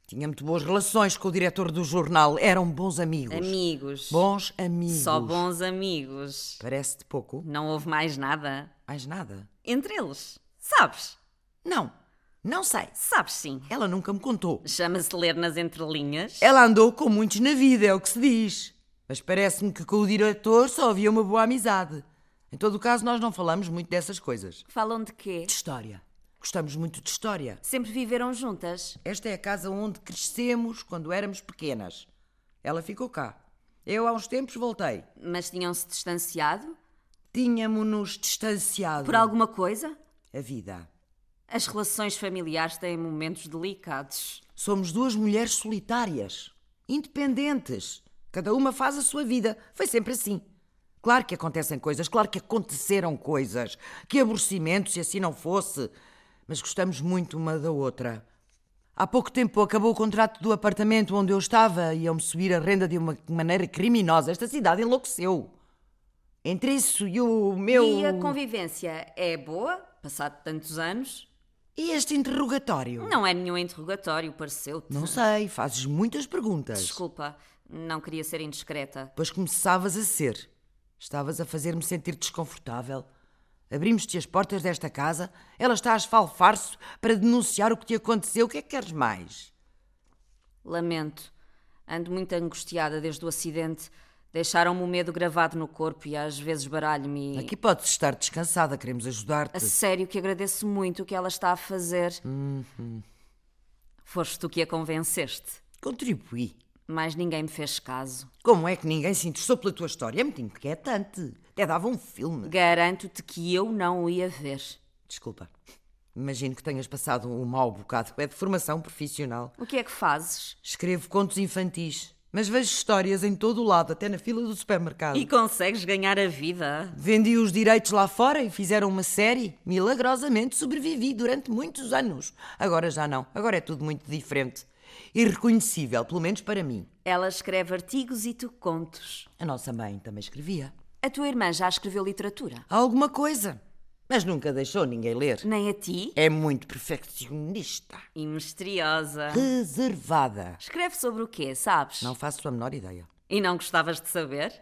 Tinha muito boas relações com o diretor do jornal. Eram bons amigos. Amigos. Bons amigos. Só bons amigos. Parece-te pouco? Não houve mais nada. Mais nada? Entre eles. Sabes? Não. Não sei. Sabes sim. Ela nunca me contou. Chama-se ler nas entrelinhas. Ela andou com muitos na vida, é o que se diz. Mas parece-me que com o diretor só havia uma boa amizade. Em todo o caso, nós não falamos muito dessas coisas. Falam de quê? De história. Gostamos muito de história. Sempre viveram juntas. Esta é a casa onde crescemos quando éramos pequenas. Ela ficou cá. Eu, há uns tempos, voltei. Mas tinham-se distanciado? Uhum. Tínhamos-nos distanciado. Por alguma coisa? A vida. As relações familiares têm momentos delicados. Somos duas mulheres solitárias, independentes. Cada uma faz a sua vida. Foi sempre assim. Claro que acontecem coisas, claro que aconteceram coisas. Que aborrecimento se assim não fosse. Mas gostamos muito uma da outra. Há pouco tempo acabou o contrato do apartamento onde eu estava e iam-me subir a renda de uma maneira criminosa. Esta cidade enlouqueceu. Entre isso e o meu. E a convivência é boa, passado tantos anos? E este interrogatório? Não é nenhum interrogatório, pareceu-te. Não sei, fazes muitas perguntas. Desculpa, não queria ser indiscreta. Pois começavas a ser. Estavas a fazer-me sentir desconfortável. Abrimos-te as portas desta casa, ela está a esfalfar-se para denunciar o que te aconteceu. O que é que queres mais? Lamento. Ando muito angustiada desde o acidente. Deixaram-me o medo gravado no corpo e às vezes baralho-me. e- Aqui podes estar descansada, queremos ajudar-te. A sério que agradeço muito o que ela está a fazer. Foste tu que a convenceste. Contribuí. Mas ninguém me fez caso. Como é que ninguém se interessou pela tua história? É muito inquietante. Até dava um filme. Garanto-te que eu não o ia ver. Desculpa. Imagino que tenhas passado um mau bocado. É de formação profissional. O que é que fazes? Escrevo contos infantis, mas vejo histórias em todo o lado, até na fila do supermercado. E consegues ganhar a vida? Vendi os direitos lá fora e fizeram uma série. Milagrosamente sobrevivi durante muitos anos. Agora já não. Agora é tudo muito diferente. Irreconhecível, pelo menos para mim. Ela escreve artigos e tu contos. A nossa mãe também escrevia. A tua irmã já escreveu literatura? Alguma coisa. Mas nunca deixou ninguém ler. Nem a ti? É muito perfeccionista. E misteriosa. Reservada. Escreve sobre o quê, sabes? Não faço a menor ideia. E não gostavas de saber?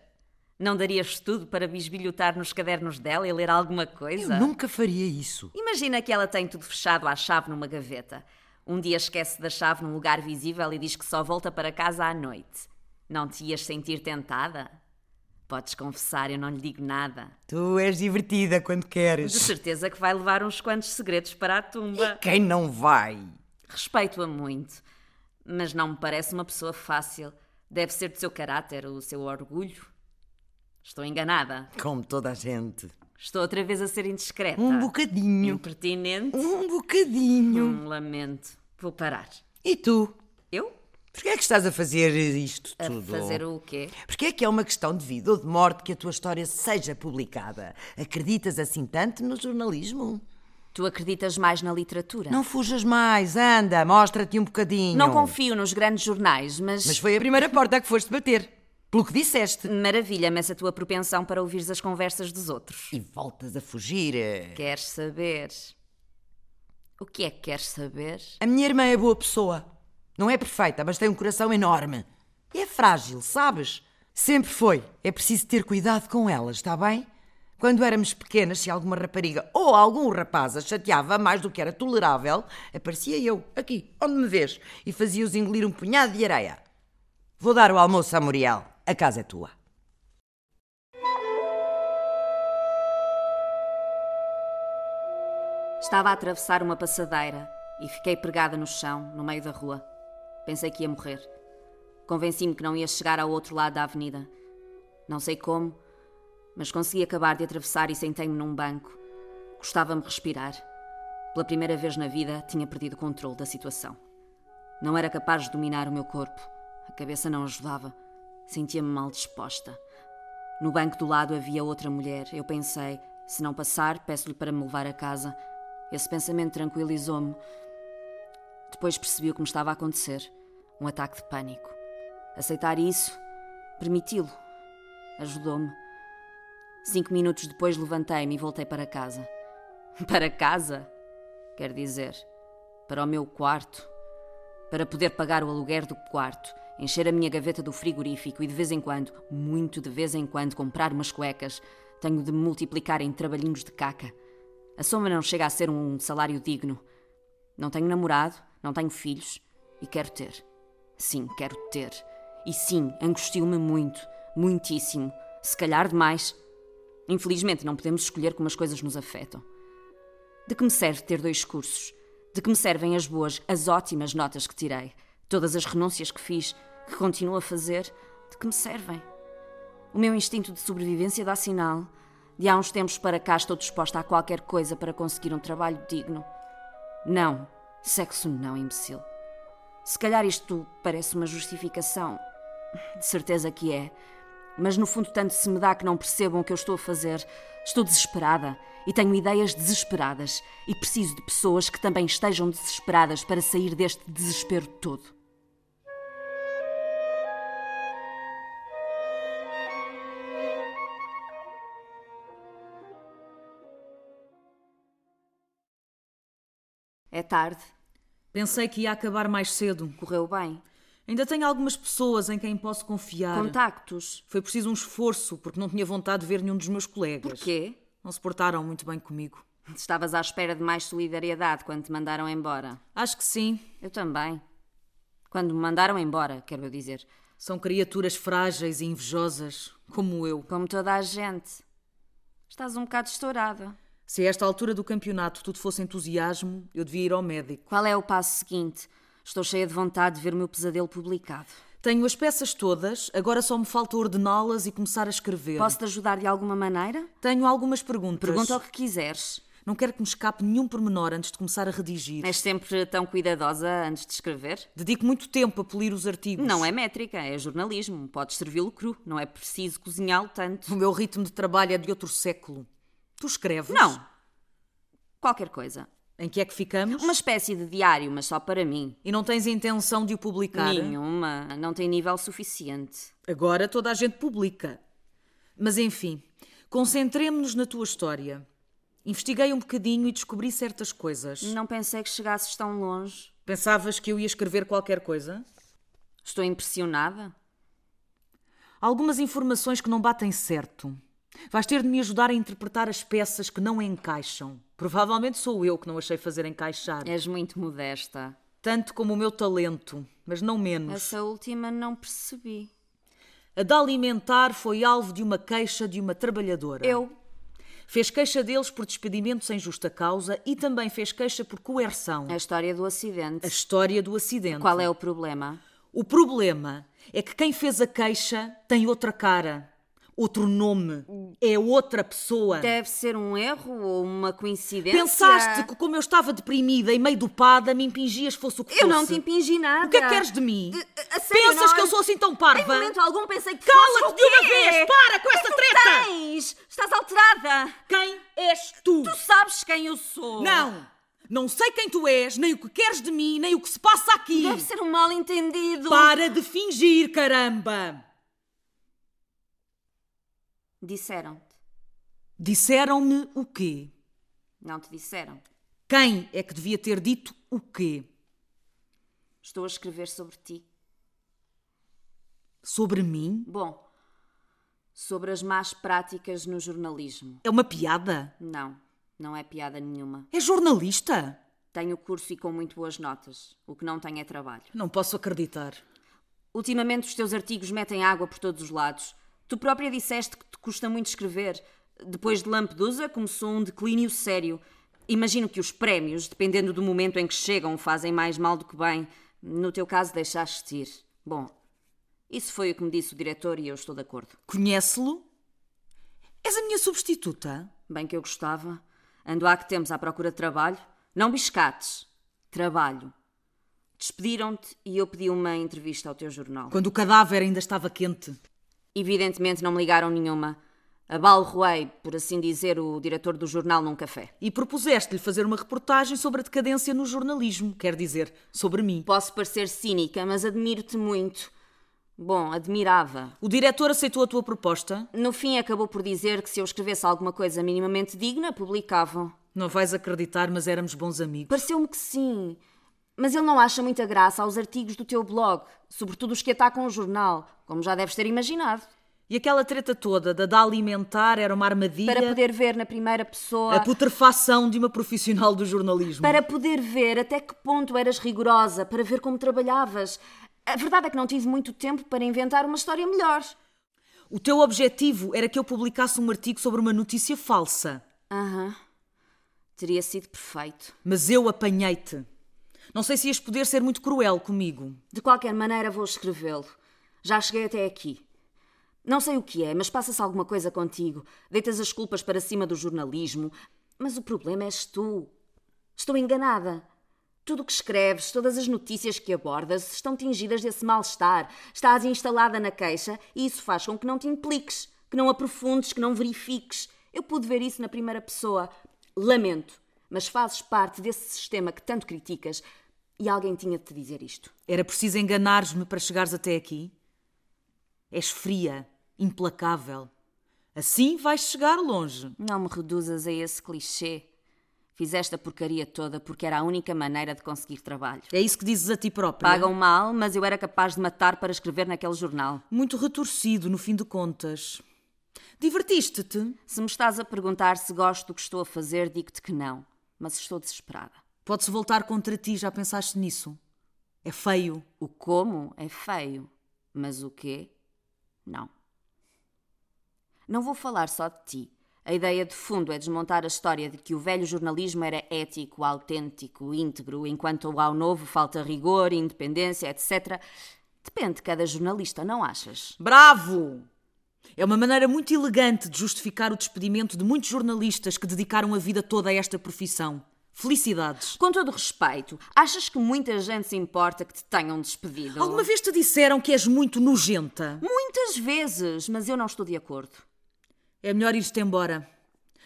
Não darias tudo para bisbilhotar nos cadernos dela e ler alguma Eu coisa? nunca faria isso. Imagina que ela tem tudo fechado à chave numa gaveta. Um dia esquece da chave num lugar visível e diz que só volta para casa à noite. Não te ias sentir tentada? Podes confessar, eu não lhe digo nada. Tu és divertida quando De queres. certeza que vai levar uns quantos segredos para a tumba. Quem não vai? Respeito-a muito, mas não me parece uma pessoa fácil. Deve ser do seu caráter, o seu orgulho. Estou enganada. Como toda a gente. Estou outra vez a ser indiscreta. Um bocadinho. Impertinente. Um bocadinho. Hum, lamento. Vou parar. E tu? Eu? Porquê é que estás a fazer isto A tudo? fazer o quê? Porquê é que é uma questão de vida ou de morte que a tua história seja publicada? Acreditas assim tanto no jornalismo? Tu acreditas mais na literatura? Não fujas mais, anda, mostra-te um bocadinho. Não confio nos grandes jornais, mas. Mas foi a primeira porta que foste bater. Pelo que disseste. Maravilha-me essa tua propensão para ouvires as conversas dos outros. E voltas a fugir. eh, Queres saber? O que é que queres saber? A minha irmã é boa pessoa. Não é perfeita, mas tem um coração enorme. É frágil, sabes? Sempre foi. É preciso ter cuidado com elas, está bem? Quando éramos pequenas, se alguma rapariga ou algum rapaz a chateava mais do que era tolerável, aparecia eu, aqui, onde me vês, e fazia-os engolir um punhado de areia. Vou dar o almoço a Muriel. A casa é tua. Estava a atravessar uma passadeira e fiquei pregada no chão, no meio da rua. Pensei que ia morrer. Convenci-me que não ia chegar ao outro lado da avenida. Não sei como, mas consegui acabar de atravessar e sentei-me num banco. Custava-me respirar. Pela primeira vez na vida, tinha perdido o controle da situação. Não era capaz de dominar o meu corpo. A cabeça não ajudava. Sentia-me mal disposta. No banco do lado havia outra mulher. Eu pensei: se não passar, peço-lhe para me levar a casa. Esse pensamento tranquilizou-me. Depois percebi o que me estava a acontecer: um ataque de pânico. Aceitar isso, permiti-lo, ajudou-me. Cinco minutos depois levantei-me e voltei para casa. Para casa? Quer dizer, para o meu quarto para poder pagar o aluguer do quarto, encher a minha gaveta do frigorífico e de vez em quando, muito de vez em quando, comprar umas cuecas. Tenho de me multiplicar em trabalhinhos de caca. A soma não chega a ser um salário digno. Não tenho namorado, não tenho filhos e quero ter. Sim, quero ter. E sim, angustio-me muito, muitíssimo, se calhar demais. Infelizmente, não podemos escolher como as coisas nos afetam. De que me serve ter dois cursos? De que me servem as boas, as ótimas notas que tirei? Todas as renúncias que fiz, que continuo a fazer, de que me servem? O meu instinto de sobrevivência dá sinal. De há uns tempos para cá estou disposta a qualquer coisa para conseguir um trabalho digno. Não, sexo não, imbecil. Se calhar isto parece uma justificação. De certeza que é. Mas no fundo, tanto se me dá que não percebam o que eu estou a fazer. Estou desesperada e tenho ideias desesperadas. E preciso de pessoas que também estejam desesperadas para sair deste desespero todo. É tarde, Pensei que ia acabar mais cedo. correu bem. Ainda tenho algumas pessoas em quem posso confiar. Contactos. Foi preciso um esforço, porque não tinha vontade de ver nenhum dos meus colegas. Porquê? Não se portaram muito bem comigo. Estavas à espera de mais solidariedade quando te mandaram embora. Acho que sim. Eu também. Quando me mandaram embora, quero eu dizer. São criaturas frágeis e invejosas, como eu. Como toda a gente. Estás um bocado estourada. Se a esta altura do campeonato tudo fosse entusiasmo, eu devia ir ao médico. Qual é o passo seguinte? Estou cheia de vontade de ver o meu pesadelo publicado. Tenho as peças todas, agora só me falta ordená-las e começar a escrever. Posso te ajudar de alguma maneira? Tenho algumas perguntas. Pergunta o que quiseres. Não quero que me escape nenhum pormenor antes de começar a redigir. És sempre tão cuidadosa antes de escrever? Dedico muito tempo a polir os artigos. Não é métrica, é jornalismo. Podes servi-lo cru, não é preciso cozinhá-lo tanto. O meu ritmo de trabalho é de outro século. Tu escreves? Não. Qualquer coisa. Em que é que ficamos? Uma espécie de diário, mas só para mim. E não tens a intenção de o publicar? Nenhuma. Não tem nível suficiente. Agora toda a gente publica. Mas enfim, concentremos-nos na tua história. Investiguei um bocadinho e descobri certas coisas. Não pensei que chegasses tão longe. Pensavas que eu ia escrever qualquer coisa? Estou impressionada. Algumas informações que não batem certo. Vais ter de me ajudar a interpretar as peças que não encaixam. Provavelmente sou eu que não achei fazer encaixar. És muito modesta. Tanto como o meu talento, mas não menos. Essa última não percebi. A da alimentar foi alvo de uma queixa de uma trabalhadora. Eu. Fez queixa deles por despedimento sem justa causa e também fez queixa por coerção. A história do A acidente. história do acidente. Qual é o problema? O problema é que quem fez a queixa tem outra cara, outro nome, é outra pessoa. Deve ser um erro ou uma coincidência? Pensaste que, como eu estava deprimida e meio dopada, me impingias fosse o que Eu fosse. não te impingi nada. Eh, O que é que queres de mim? A- a sério, Pensas não- é? que eu sou assim tão Em parva? momento algum pensei que Cala-te fosse de uma o quê? vez! Para com O que é essa que tu treta! tens? Estás alterada! Quem é és tu? Tu sabes quem eu sou! Não! Não sei quem tu és, nem o que queres de mim, nem o que se passa aqui. Deve ser um mal entendido! Para de fingir, caramba! Disseram-te. Disseram-me o quê? Não te disseram. Quem é que devia ter dito o quê? Estou a escrever sobre ti. Sobre mim? Bom, sobre as más práticas no jornalismo. É uma piada? Não, não é piada nenhuma. É jornalista? Tenho curso e com muito boas notas. O que não tenho é trabalho. Não posso acreditar. Ultimamente os teus artigos metem água por todos os lados. Tu própria disseste que te custa muito escrever. Depois de Lampedusa começou um declínio sério. Imagino que os prémios, dependendo do momento em que chegam, fazem mais mal do que bem. No teu caso, deixaste ir. Bom, isso foi o que me disse o diretor e eu estou de acordo. Conhece-lo? És a minha substituta? Bem que eu gostava. Ando há que temos à procura de trabalho. Não biscates. Trabalho. Despediram-te e eu pedi uma entrevista ao teu jornal. Quando o cadáver ainda estava quente. Evidentemente não me ligaram nenhuma. Abalroei, por assim dizer, o diretor do jornal num café. E propuseste-lhe fazer uma reportagem sobre a decadência no jornalismo, quer dizer, sobre mim. Posso parecer cínica, mas admiro-te muito. Bom, admirava. O diretor aceitou a tua proposta? No fim, acabou por dizer que se eu escrevesse alguma coisa minimamente digna, publicavam. Não vais acreditar, mas éramos bons amigos. Pareceu-me que sim. Mas ele não acha muita graça aos artigos do teu blog, sobretudo os que atacam o jornal, como já deves ter imaginado. E aquela treta toda da da alimentar era uma armadilha Para poder ver na primeira pessoa. a putrefação de uma profissional do jornalismo. Para poder ver até que ponto eras rigorosa, para ver como trabalhavas. A verdade é que não tive muito tempo para inventar uma história melhor. O teu objetivo era que eu publicasse um artigo sobre uma notícia falsa, Aham. Teria sido perfeito. mas eu apanhei-te. Não sei se ias poder ser muito cruel comigo. De qualquer maneira, vou escrevê-lo. Já cheguei até aqui. Não sei o que é, mas passa-se alguma coisa contigo. Deitas as culpas para cima do jornalismo. Mas o problema és tu. Estou enganada. Tudo o que escreves, todas as notícias que abordas estão tingidas desse mal-estar. Estás instalada na queixa e isso faz com que não te impliques, que não aprofundes, que não verifiques. Eu pude ver isso na primeira pessoa. Lamento, mas fazes parte desse sistema que tanto criticas e alguém tinha de te dizer isto. Era preciso enganares-me para chegares até aqui? És fria, implacável. Assim vais chegar longe. Não me reduzas a esse clichê. Fiz esta porcaria toda porque era a única maneira de conseguir trabalho. É isso que dizes a ti própria. Pagam mal, mas eu era capaz de matar para escrever naquele jornal. Muito retorcido, no fim de contas. Divertiste-te? Se me estás a perguntar se gosto do que estou a fazer, digo-te que não. Mas estou desesperada. Pode-se voltar contra ti, já pensaste nisso? É feio. O como é feio, mas o quê? Não. Não vou falar só de ti. A ideia de fundo é desmontar a história de que o velho jornalismo era ético, autêntico, íntegro, enquanto ao novo falta rigor, independência, etc. Depende de cada jornalista, não achas? Bravo! É uma maneira muito elegante de justificar o despedimento de muitos jornalistas que dedicaram a vida toda a esta profissão. Felicidades. Com todo respeito, achas que muita gente se importa que te tenham despedido? Alguma vez te disseram que és muito nojenta? Muitas vezes, mas eu não estou de acordo. É melhor ir-te embora.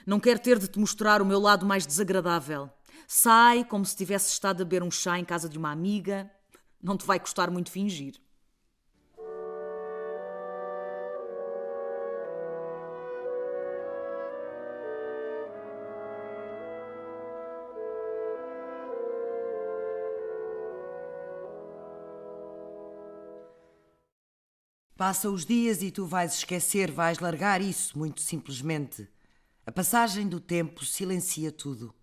Não quero ter de te mostrar o meu lado mais desagradável. Sai como se tivesse estado a beber um chá em casa de uma amiga. Não te vai custar muito fingir. Passa os dias e tu vais esquecer, vais largar isso, muito simplesmente. A passagem do tempo silencia tudo.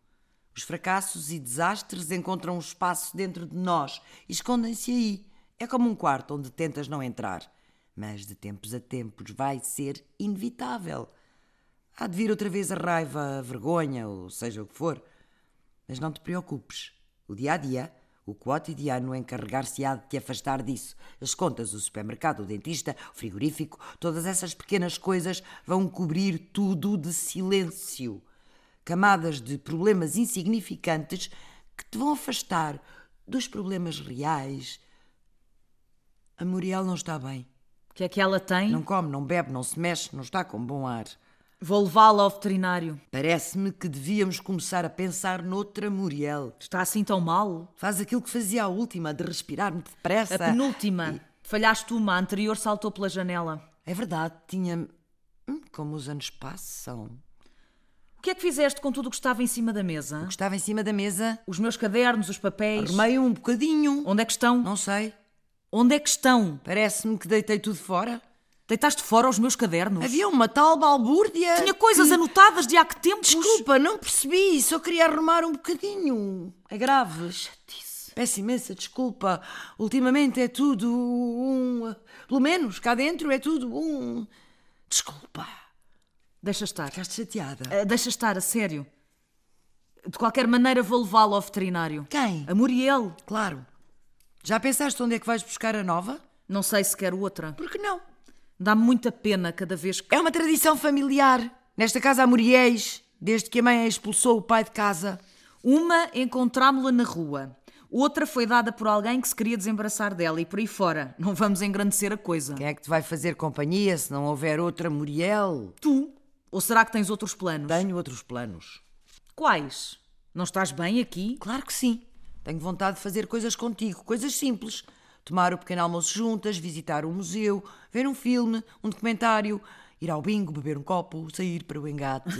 Os fracassos e desastres encontram um espaço dentro de nós e escondem-se aí. É como um quarto onde tentas não entrar. Mas de tempos a tempos vai ser inevitável. Há de vir outra vez a raiva, a vergonha, ou seja o que for. Mas não te preocupes. O dia a dia o cotidiano encarregar-se-á de te afastar disso. As contas, o supermercado, o dentista, o frigorífico, todas essas pequenas coisas vão cobrir tudo de silêncio. Camadas de problemas insignificantes que te vão afastar dos problemas reais. A Muriel não está bem. O que é que ela tem? Não come, não bebe, não se mexe, não está com bom ar. Vou levá-la ao veterinário. Parece-me que devíamos começar a pensar noutra Muriel. Está assim tão mal? Faz aquilo que fazia a última, de respirar muito depressa. A penúltima. Falhaste uma, a anterior saltou pela janela. É verdade, tinha. Hum, Como os anos passam. O que é que fizeste com tudo o que estava em cima da mesa? O que estava em cima da mesa, Os meus cadernos, os papéis. arrumei um bocadinho. Onde é que estão? Não sei. Onde é que estão? Parece-me que deitei tudo fora. Deitaste fora os meus cadernos? Havia um- uma tal balbúrdia. Tinha coisas que- anotadas de há que tempos. Desculpa, não percebi. Só queria arrumar um bocadinho. É grave. Disse. Peço imensa desculpa. Ultimamente é tudo um. Pelo menos cá dentro é tudo um. Desculpa. Deixa estar. Ficaste chateada. Ah, deixa estar, a sério. De qualquer maneira, vou levá-lo ao veterinário. Quem? A Muriel. Claro. Já pensaste onde é que vais buscar a nova? Não sei se quero outra. Por que não? Dá-me muita pena cada vez que. É uma tradição familiar. Nesta casa há muriéis, desde que a mãe a expulsou o pai de casa. Uma encontrámo-la na rua. Outra foi dada por alguém que se queria desembaraçar dela e por aí fora. Não vamos engrandecer a coisa. Quem é que te vai fazer companhia se não houver outra Muriel? Tu? Ou será que tens outros planos? Tenho outros planos. Quais? Não estás bem aqui? Claro que sim. Tenho vontade de fazer coisas contigo, coisas simples. Tomar o pequeno almoço juntas, visitar um museu, ver um filme, um documentário, ir ao bingo, beber um copo, sair para o engate.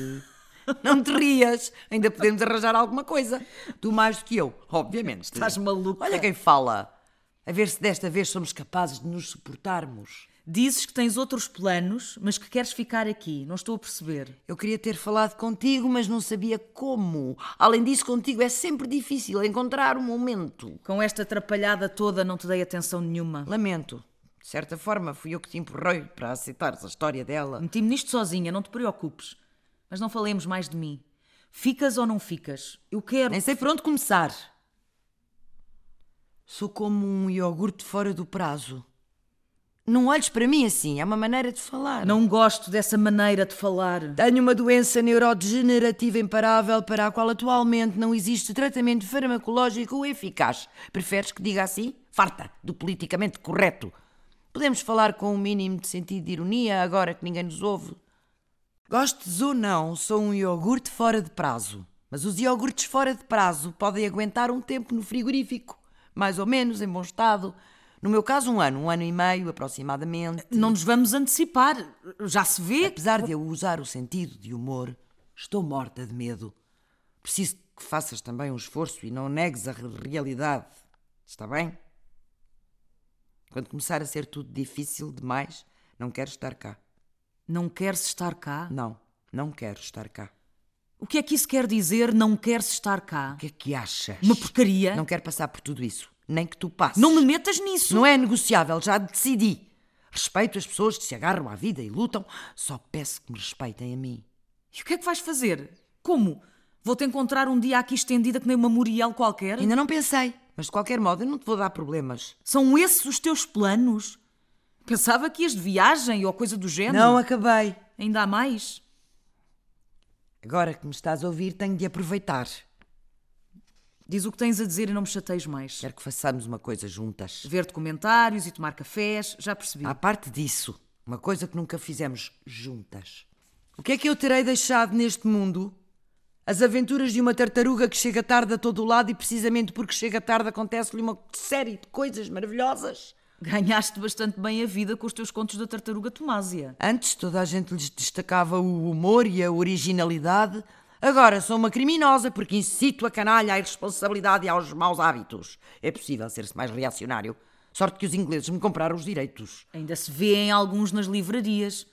Não te rias, ainda podemos arranjar alguma coisa. Tu mais do que eu, obviamente. Estás maluca. Olha quem fala. A ver se desta vez somos capazes de nos suportarmos. Dizes que tens outros planos, mas que queres ficar aqui. Não estou a perceber. Eu queria ter falado contigo, mas não sabia como. Além disso, contigo é sempre difícil encontrar um momento. Com esta atrapalhada toda, não te dei atenção nenhuma. Lamento. De certa forma, fui eu que te empurrei para aceitares a história dela. Meti-me nisto sozinha, não te preocupes. Mas não falemos mais de mim. Ficas ou não ficas? Eu quero. Nem sei por onde começar. Sou como um iogurte fora do prazo. Não olhes para mim assim, é uma maneira de falar. Não gosto dessa maneira de falar. Tenho uma doença neurodegenerativa imparável para a qual atualmente não existe tratamento farmacológico eficaz. Preferes que diga assim? Farta do politicamente correto. Podemos falar com um mínimo de sentido de ironia agora que ninguém nos ouve. Gostes ou não, sou um iogurte fora de prazo. Mas os iogurtes fora de prazo podem aguentar um tempo no frigorífico, mais ou menos em bom estado. No meu caso, um ano, um ano e meio aproximadamente. Não nos vamos antecipar. Já se vê. Apesar de eu usar o sentido de humor, estou morta de medo. Preciso que faças também um esforço e não negues a re- realidade. Está bem? Quando começar a ser tudo difícil demais, não quero estar cá. Não quer-se estar cá? Não, não quero estar cá. O que é que isso quer dizer, não quer-se estar cá? O que é que achas? Uma porcaria. Não Não, quero passar por tudo isso. Nem que tu passes. me metas nisso. Não é negociável, já decidi. Respeito as pessoas que se agarram à vida e lutam, só peço que me respeitem a mim. E o que é que vais fazer? Como? Vou-te encontrar um dia aqui estendida que nem uma Muriel qualquer? Ainda não pensei, mas de qualquer modo eu não te vou dar problemas. São esses os teus planos? Pensava que ias de viagem ou coisa do género. Não acabei. Ainda há mais? Agora que me estás a ouvir, tenho de aproveitar. Diz o que tens a dizer e não me chateias mais. Quero que façamos uma coisa juntas. Ver documentários e tomar cafés, já percebi. À parte disso, uma coisa que nunca fizemos juntas. O que é que eu terei deixado neste mundo? As aventuras de uma tartaruga que chega tarde a todo o lado e precisamente porque chega tarde acontece-lhe uma série de coisas maravilhosas. Ganhaste bastante bem a vida com os teus contos da tartaruga Tomásia. Antes toda a gente lhes destacava o humor e a originalidade. Agora sou uma criminosa porque incito a canalha à irresponsabilidade e aos maus hábitos. É possível ser-se mais reacionário. Sorte que os ingleses me compraram os direitos. Ainda se vêem alguns nas livrarias.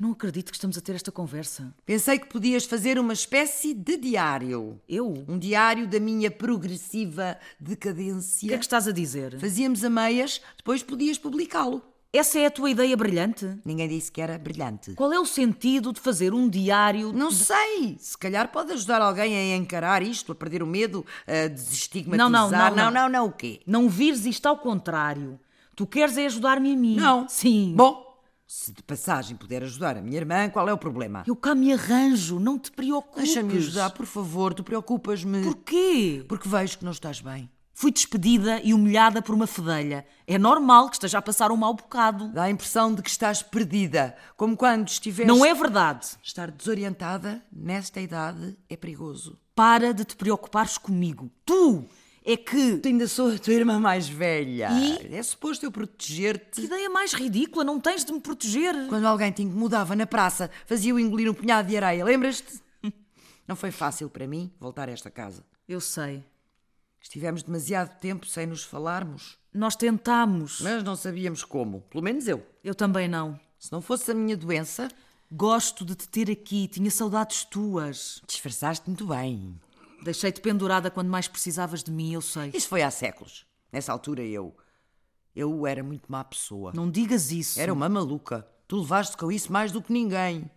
Não acredito que estamos a ter esta conversa. Pensei que podias fazer uma espécie de diário. Eu? é Um diário da minha progressiva O que é decadência. que estás a dizer? Fazíamos a meias, depois podias publicá-lo. Essa é a tua ideia brilhante? Ninguém disse que era brilhante. Qual é o sentido de fazer um diário? Não sei. Se calhar pode ajudar alguém a encarar isto, a perder o medo, a desestigmatizar. Não, não, não, não, não. não, não, o quê? Não vires isto ao contrário. Tu queres é ajudar-me a mim. Não. Sim. Bom, se de passagem puder ajudar a minha irmã, qual é o problema? Eu cá me arranjo, não te preocupes. Deixa-me ajudar, por favor, tu preocupas-me. Porquê? Porque vejo que não estás bem. Fui despedida e humilhada por uma fedelha. É normal que esteja a passar um mau bocado. Dá a impressão de que estás perdida, como quando estiveste... Não é verdade. Estar desorientada, nesta idade, é perigoso. Para de te preocupares comigo. Tu é que. Tu ainda sou a tua irmã mais velha. E? É suposto eu Que proteger-te. ideia mais ridícula, não tens de me proteger. Quando alguém te incomodava na praça, fazia-o engolir um punhado de areia, lembras-te? Não foi fácil para mim voltar a esta casa. Eu sei. Estivemos demasiado tempo sem nos falarmos, Nós tentámos. mas não sabíamos como. Pelo menos eu. Eu também não. Se não fosse a minha doença, Gosto de te ter aqui, tinha saudades tuas. disfarçaste muito bem. Deixei-te pendurada quando mais precisavas de mim, eu sei. Isso foi há séculos. Nessa altura eu. Eu era muito má pessoa. Não digas isso. Era um- uma maluca. Tu levaste com isso mais do que ninguém.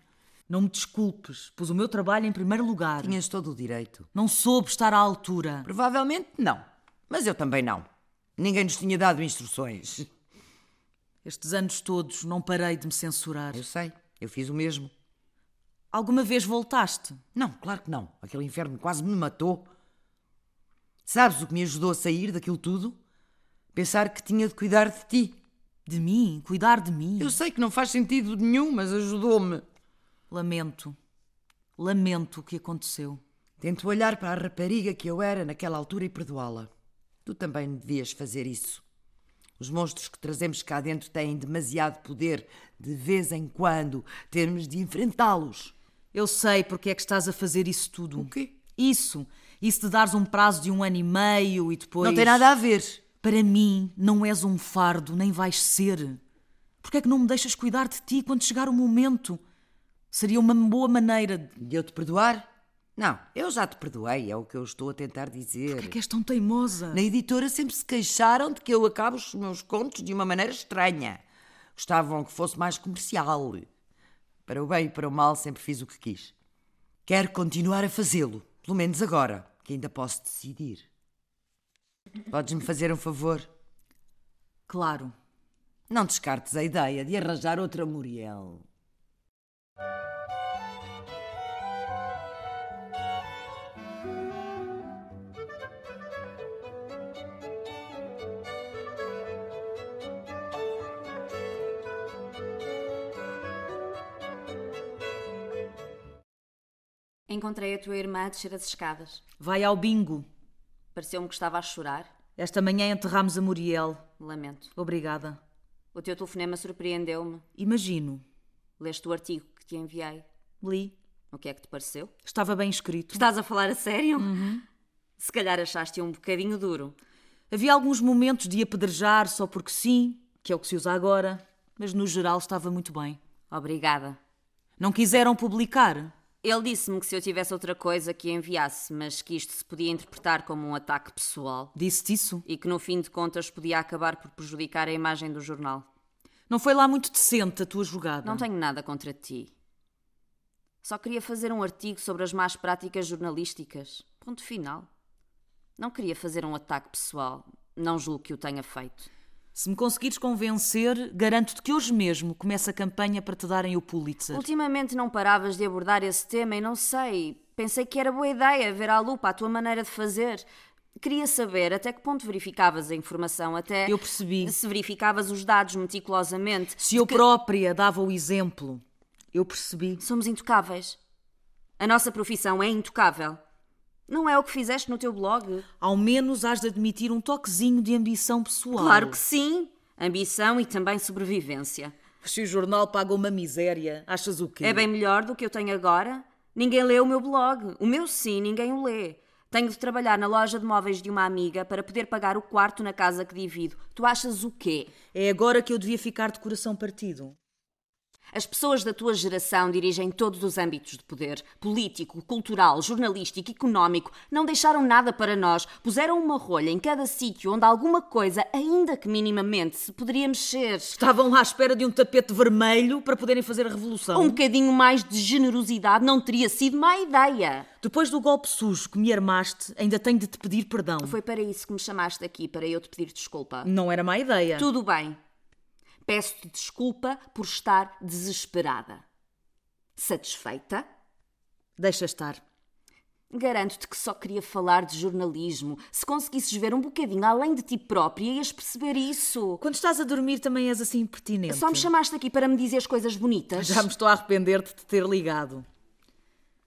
Não me desculpes, pus o meu trabalho em primeiro lugar. Tinhas todo o direito. Não soube estar à altura. Provavelmente não. Mas eu também não. Ninguém nos tinha dado instruções. Estes anos todos não parei de me censurar. Eu sei, eu fiz o mesmo. Alguma vez voltaste? Não, claro que não. Aquele inferno quase me matou. Sabes o que me ajudou a sair daquilo tudo? Pensar que tinha de cuidar de ti. De mim? Cuidar de mim? Eu sei que não faz sentido nenhum, mas ajudou-me. Lamento. Lamento o que aconteceu. Tento olhar para a rapariga que eu era naquela altura e perdoá-la. Tu também devias fazer isso. Os monstros que trazemos cá dentro têm demasiado poder. De vez em quando temos de enfrentá-los. Eu sei porque é que estás a fazer isso tudo. O quê? Isso. Isso de dares um prazo de um ano e meio e depois. Não tem nada a ver. Para mim, não és um fardo, nem vais ser. Porquê é que não me deixas cuidar de ti quando chegar o momento? Seria uma boa maneira de. De eu te perdoar? Não, eu já te perdoei, é o que eu estou a tentar dizer. Porquê é que és tão teimosa? Na editora sempre se queixaram de que eu acabo os meus contos de uma maneira estranha. Gostavam que fosse mais comercial. Para o bem e para o mal sempre fiz o que quis. Quero continuar a fazê-lo, pelo menos agora, que ainda posso decidir. Podes-me fazer um favor? Claro. Não descartes a ideia de arranjar outra Muriel. Encontrei a tua irmã a descer as escadas. Vai ao bingo. Pareceu-me que estava a chorar. Esta manhã enterramos a Muriel. Lamento. Obrigada. O teu telefonema surpreendeu-me. Imagino. Leste o artigo que te enviei. Li. O que é que te pareceu? Estava bem escrito. Estás a falar a sério? Se calhar achaste um bocadinho duro. Havia alguns momentos de apedrejar só porque sim, que é o que se usa agora, mas no geral estava muito bem. Obrigada. Não quiseram publicar. Ele disse-me que se eu tivesse outra coisa que enviasse, mas que isto se podia interpretar como um ataque pessoal Disse-te isso? e que no fim de contas podia acabar por prejudicar a imagem do jornal. Não foi lá muito decente a tua jogada. Não tenho nada contra ti. Só queria fazer um artigo sobre as más práticas jornalísticas. Ponto final. Não queria fazer um ataque pessoal. Não julgo que o tenha feito. Se me conseguires convencer, garanto-te que hoje mesmo começa a campanha para te darem o Pulitzer. Ultimamente não paravas de abordar esse tema e não sei. Pensei que era boa ideia ver à lupa a tua maneira de fazer. Queria saber até que ponto verificavas a informação, até. Eu percebi. Se verificavas os dados meticulosamente. Se eu própria dava o exemplo, eu percebi. Somos intocáveis. A nossa profissão é intocável. Não é o que fizeste no teu blog? Ao menos hás de admitir um toquezinho de ambição pessoal. Claro que sim. Ambição e também sobrevivência. Se o jornal paga uma miséria, achas o quê? É bem melhor do que eu tenho agora. Ninguém lê o meu blog. O meu sim, ninguém o lê. Tenho de trabalhar na loja de móveis de uma amiga para poder pagar o quarto na casa que divido. Tu achas o quê? É agora que eu devia ficar de coração partido. As pessoas da tua geração dirigem todos os âmbitos de poder: político, cultural, jornalístico, económico. Não deixaram nada para nós. Puseram uma rolha em cada sítio onde alguma coisa, ainda que minimamente, se poderia mexer. Estavam lá à espera de um tapete vermelho para poderem fazer a revolução. Um bocadinho mais de generosidade não teria sido má ideia. Depois do golpe sujo que me armaste, ainda tenho de te pedir perdão. Foi para isso que me chamaste aqui, para eu te pedir desculpa. Não era má ideia. Tudo bem. Peço-te desculpa por estar desesperada. Satisfeita? Deixa estar. Garanto-te que só queria falar de jornalismo. Se conseguisses ver um bocadinho além de ti própria, ias perceber isso. Quando estás a dormir também és assim impertinente. Só me chamaste aqui para me dizer as coisas bonitas. Já me estou a arrepender de te ter ligado.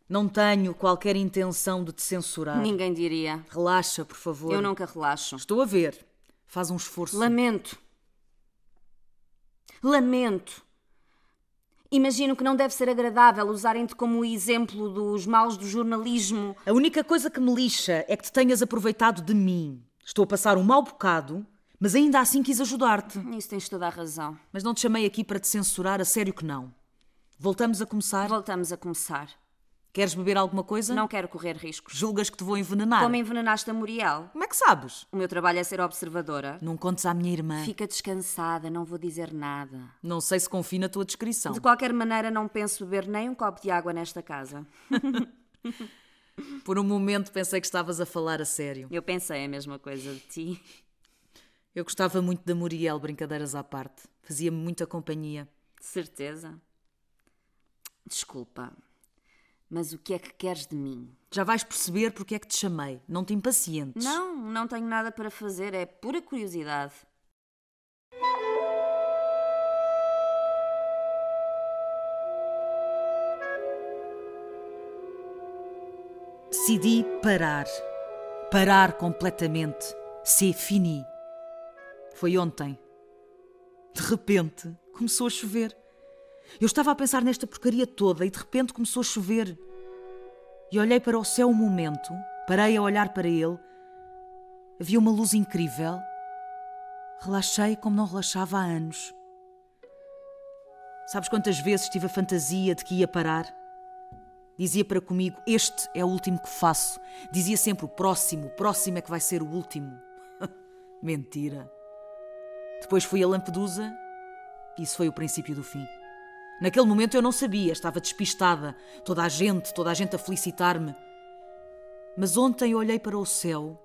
Não tenho qualquer intenção de te censurar. Ninguém diria. Relaxa, por favor. Eu nunca relaxo. Estou a ver. Faz um esforço. Lamento. Lamento. Imagino que não deve ser agradável usarem-te como exemplo dos maus do jornalismo. A única coisa que me lixa é que te tenhas aproveitado de mim. Estou a passar um mau bocado, mas ainda assim quis ajudar-te. Nisso tens toda a razão. Mas não te chamei aqui para te censurar, a sério que não. Voltamos a começar? Voltamos a começar. Queres beber alguma coisa? Não quero correr riscos. Julgas que te vou envenenar? Como envenenaste a Muriel? Como é que sabes? O meu trabalho é ser observadora. Não contes à minha irmã. Fica descansada, não vou dizer nada. Não sei se confio na tua descrição. De qualquer maneira, não penso beber nem um copo de água nesta casa. Por um momento pensei que estavas a falar a sério. Eu pensei a mesma coisa de ti. Eu gostava muito da Muriel, brincadeiras à parte. Fazia-me muita companhia. De certeza. Desculpa, mas o que é que queres de mim? Já vais perceber porque é que te chamei. Não te impacientes. Não, não tenho nada para fazer, é pura curiosidade. Decidi parar. Parar completamente. C'est fini. Foi ontem. De repente, começou a chover. Eu estava a pensar nesta porcaria toda e de repente começou a chover. E olhei para o céu um momento, parei a olhar para ele. Havia uma luz incrível. Relaxei como não relaxava há anos. Sabes quantas vezes tive a fantasia de que ia parar? Dizia para comigo: Este é o último que faço. Dizia sempre: O próximo, o próximo é que vai ser o último. Mentira. Depois fui a Lampedusa e isso foi o princípio do fim. Naquele momento eu não sabia, estava despistada. Toda a gente, toda a gente a felicitar-me. Mas ontem olhei para o céu,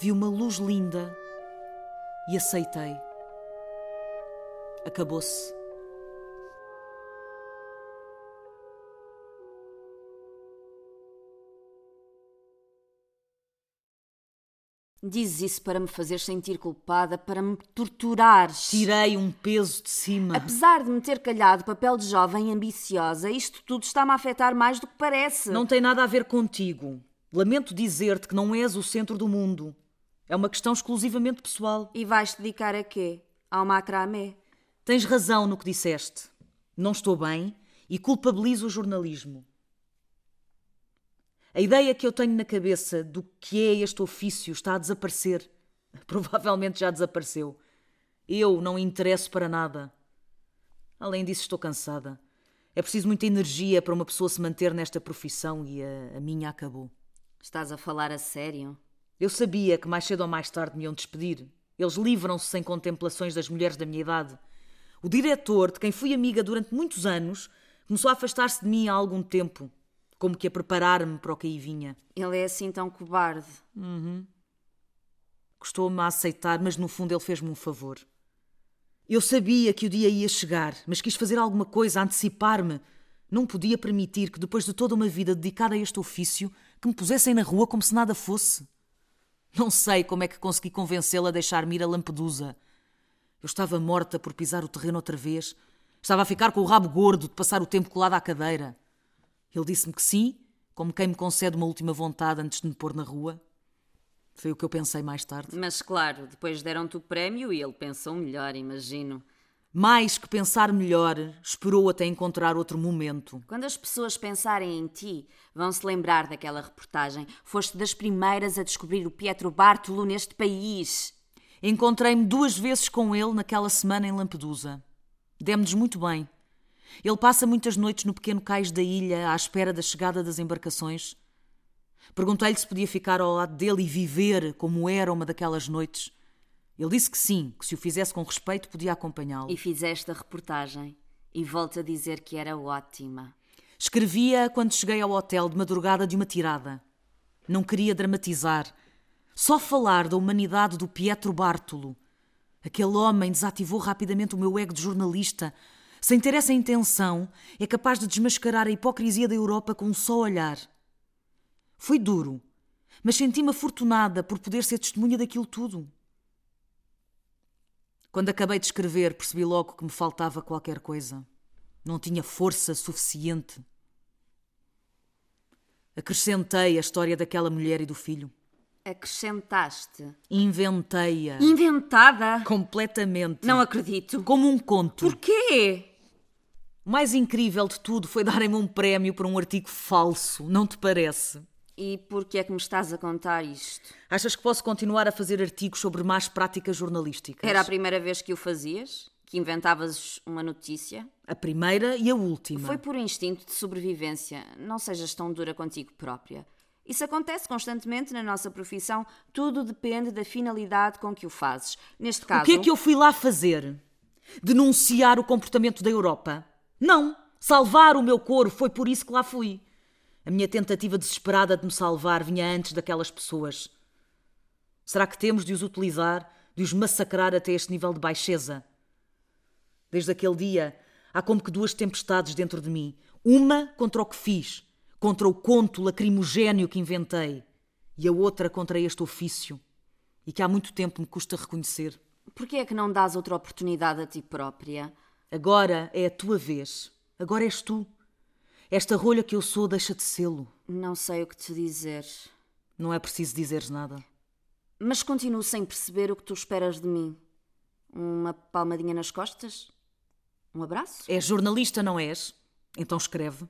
vi uma luz linda e aceitei. Acabou-se. Dizes isso para me fazer sentir culpada, para me torturares. Tirei um peso de cima. Apesar de me ter calhado o papel de jovem ambiciosa, isto tudo está-me a afetar mais do que parece. Não tem nada a ver contigo. Lamento dizer-te que não és o centro do mundo. É uma questão exclusivamente pessoal. E vais te dedicar a quê? Ao macramé? Tens razão no que disseste. Não estou bem e culpabilizo o jornalismo. A ideia que eu tenho na cabeça do que é este ofício está a desaparecer. Provavelmente já desapareceu. Eu não interesso para nada. Além disso, estou cansada. É preciso muita energia para uma pessoa se manter nesta profissão e a, a minha acabou. Estás a falar a sério? Eu sabia que mais cedo ou mais tarde me iam despedir. Eles livram-se sem contemplações das mulheres da minha idade. O diretor, de quem fui amiga durante muitos anos, começou a afastar-se de mim há algum tempo, como que a preparar-me para o que aí vinha. Ele é assim tão cobarde. Custou-me a aceitar, mas no fundo ele fez-me um favor. Eu sabia que o dia ia chegar, mas quis fazer alguma coisa, antecipar-me. Não podia permitir que, depois de toda uma vida dedicada a este ofício, que me pusessem na rua como se nada fosse. Não sei como é que consegui convencê-la a deixar-me ir a Lampedusa. Eu estava morta por pisar o terreno outra vez. Estava a ficar com o rabo gordo de passar o tempo colado à cadeira. Ele disse-me que sim, como quem me concede uma última vontade antes de me pôr na rua. Foi o que eu pensei mais tarde. Mas claro, depois deram-te o prémio e ele pensou melhor, imagino. Mais que pensar melhor, esperou até encontrar outro momento. Quando as pessoas pensarem em ti, vão se lembrar daquela reportagem. Foste das primeiras a descobrir o Pietro Bartolo neste país. Encontrei-me duas vezes com ele naquela semana em Lampedusa. Demos-nos muito bem. Ele passa muitas noites no pequeno cais da ilha à espera da chegada das embarcações. Perguntei-lhe se podia ficar ao lado dele e viver como era uma daquelas noites. Ele disse que sim, que se o fizesse com respeito podia acompanhá-lo. E fizeste a reportagem. E volto a dizer que era ótima. Escrevia quando cheguei ao hotel de madrugada de uma tirada. Não queria dramatizar. Só falar da humanidade do Pietro Bartolo. Aquele homem desativou rapidamente o meu ego de jornalista. Sem ter essa intenção, é capaz de desmascarar a hipocrisia da Europa com um só olhar. Foi duro, mas senti-me afortunada por poder ser testemunha daquilo tudo. Quando acabei de escrever, percebi logo que me faltava qualquer coisa. Não tinha força suficiente. Acrescentei a história daquela mulher e do filho. Acrescentaste. Inventei-a. Inventada? Completamente. Não acredito. Como um conto. Porquê? O mais incrível de tudo foi darem-me um prémio por um artigo falso, não te parece? E porquê é que me estás a contar isto? Achas que posso continuar a fazer artigos sobre más práticas jornalísticas? Era a primeira vez que o fazias? Que inventavas uma notícia? A primeira e a última. Foi por instinto de sobrevivência. Não sejas tão dura contigo própria. Isso acontece constantemente na nossa profissão. Tudo depende da finalidade com que o fazes. Neste caso. O que é que eu fui lá fazer? Denunciar o comportamento da Europa? Não! Salvar o meu couro, foi por isso que lá fui. A minha tentativa desesperada de me salvar vinha antes daquelas pessoas. Será que temos de os utilizar, de os massacrar até este nível de baixeza? Desde aquele dia, há como que duas tempestades dentro de mim. Uma contra o que fiz, contra o conto lacrimogéneo que inventei, e a outra contra este ofício, e que há muito tempo me custa reconhecer. Porquê é que não dás outra oportunidade a ti própria? Agora é a tua vez. Agora és tu. Esta rolha que eu sou deixa de sê-lo. Não sei o que te dizer. Não é preciso dizeres nada. Mas continuo sem perceber o que tu esperas de mim. Uma palmadinha nas costas? Um abraço? És jornalista, não és? Então escreve.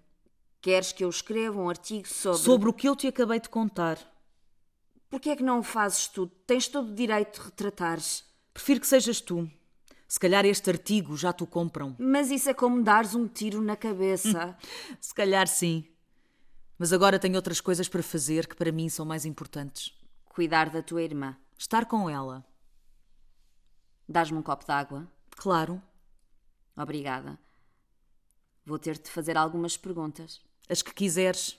Queres que eu escreva um artigo sobre. Sobre o que eu te acabei de contar. Porquê é que não o fazes tu? Tens todo o direito de retratares. Prefiro que sejas tu. Se calhar este artigo já te o compram. Mas isso é como dares um tiro na cabeça. Se calhar sim. Mas agora tenho outras coisas para fazer que para mim são mais importantes. Cuidar da tua irmã. Estar com ela. Dás-me um copo de água? Claro. Obrigada. Vou ter de fazer algumas perguntas. As que quiseres.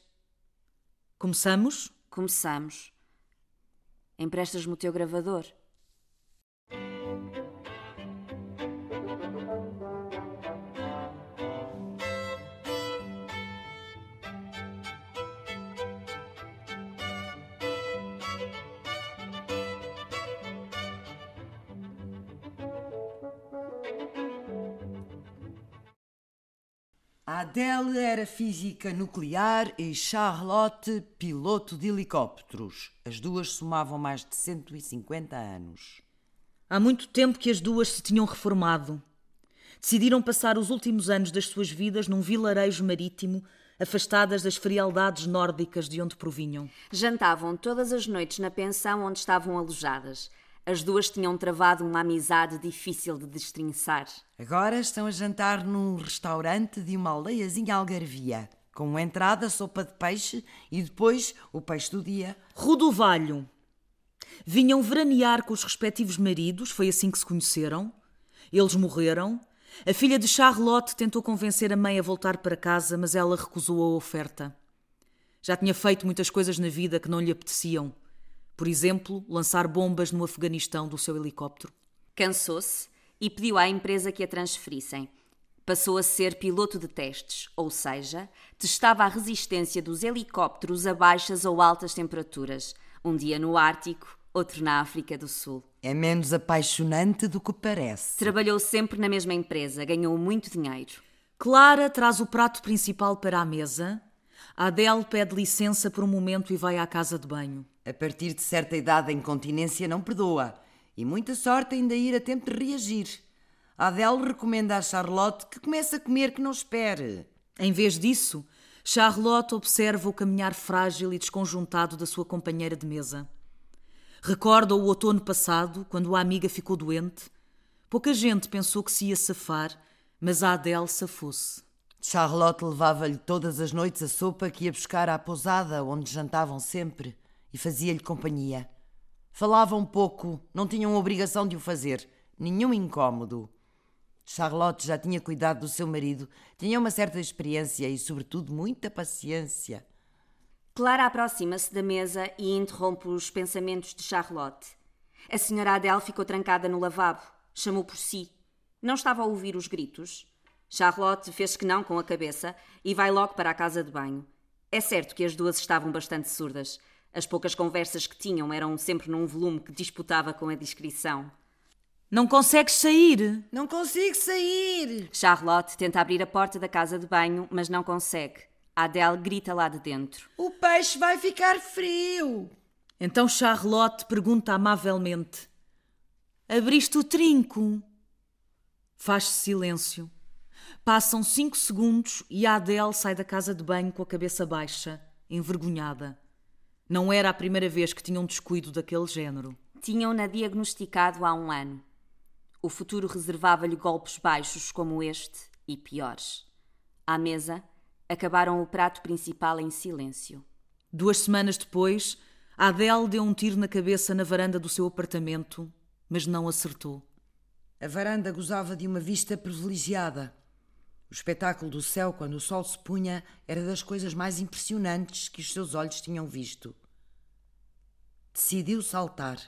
Começamos? Começamos. Emprestas-me o teu gravador? A Adele era física nuclear e Charlotte piloto de helicópteros. As duas somavam mais de 150 anos. Há muito tempo que as duas se tinham reformado. Decidiram passar os últimos anos das suas vidas num vilarejo marítimo, afastadas das frialdades nórdicas de onde provinham. Jantavam todas as noites na pensão onde estavam alojadas. As duas tinham travado uma amizade difícil de destrinçar. Agora estão a jantar num restaurante de uma aldeiazinha algarvia, com entrada sopa de peixe e depois o peixe do dia. Rodovalho. Vinham veranear com os respectivos maridos, foi assim que se conheceram. Eles morreram. A filha de Charlotte tentou convencer a mãe a voltar para casa, mas ela recusou a oferta. Já tinha feito muitas coisas na vida que não lhe apeteciam. Por exemplo, lançar bombas no Afeganistão do seu helicóptero. Cansou-se e pediu à empresa que a transferissem. Passou a ser piloto de testes, ou seja, testava a resistência dos helicópteros a baixas ou altas temperaturas, um dia no Ártico, outro na África do Sul. É menos apaixonante do que parece. Trabalhou sempre na mesma empresa, ganhou muito dinheiro. Clara traz o prato principal para a mesa. Adele pede licença por um momento e vai à casa de banho. A partir de certa idade, a incontinência não perdoa. E muita sorte ainda ir a tempo de reagir. A Adele recomenda à Charlotte que comece a comer que não espere. Em vez disso, Charlotte observa o caminhar frágil e desconjuntado da sua companheira de mesa. Recorda o outono passado, quando a amiga ficou doente. Pouca gente pensou que se ia safar, mas a Adele safou-se. Charlotte levava-lhe todas as noites a sopa que ia buscar à pousada onde jantavam sempre e fazia-lhe companhia. Falavam pouco, não tinham obrigação de o fazer, nenhum incômodo. Charlotte já tinha cuidado do seu marido, tinha uma certa experiência e, sobretudo, muita paciência. Clara aproxima-se da mesa e interrompe os pensamentos de Charlotte. A senhora Adele ficou trancada no lavabo. Chamou por si. Não estava a ouvir os gritos. Charlotte fez que não com a cabeça e vai logo para a casa de banho. É certo que as duas estavam bastante surdas. As poucas conversas que tinham eram sempre num volume que disputava com a discrição. Não consegues sair? Não consigo sair! Charlotte tenta abrir a porta da casa de banho, mas não consegue. Adele grita lá de dentro. O peixe vai ficar frio! Então Charlotte pergunta amavelmente: Abriste o trinco? Faz-se silêncio. Passam cinco segundos e a Adele sai da casa de banho com a cabeça baixa, envergonhada. Não era a primeira vez que tinha um descuido daquele género. Tinham-na diagnosticado há um ano. O futuro reservava-lhe golpes baixos como este e piores. À mesa, acabaram o prato principal em silêncio. Duas semanas depois, a Adele deu um tiro na cabeça na varanda do seu apartamento, mas não acertou. A varanda gozava de uma vista privilegiada. O espetáculo do céu, quando o sol se punha, era das coisas mais impressionantes que os seus olhos tinham visto. Decidiu saltar.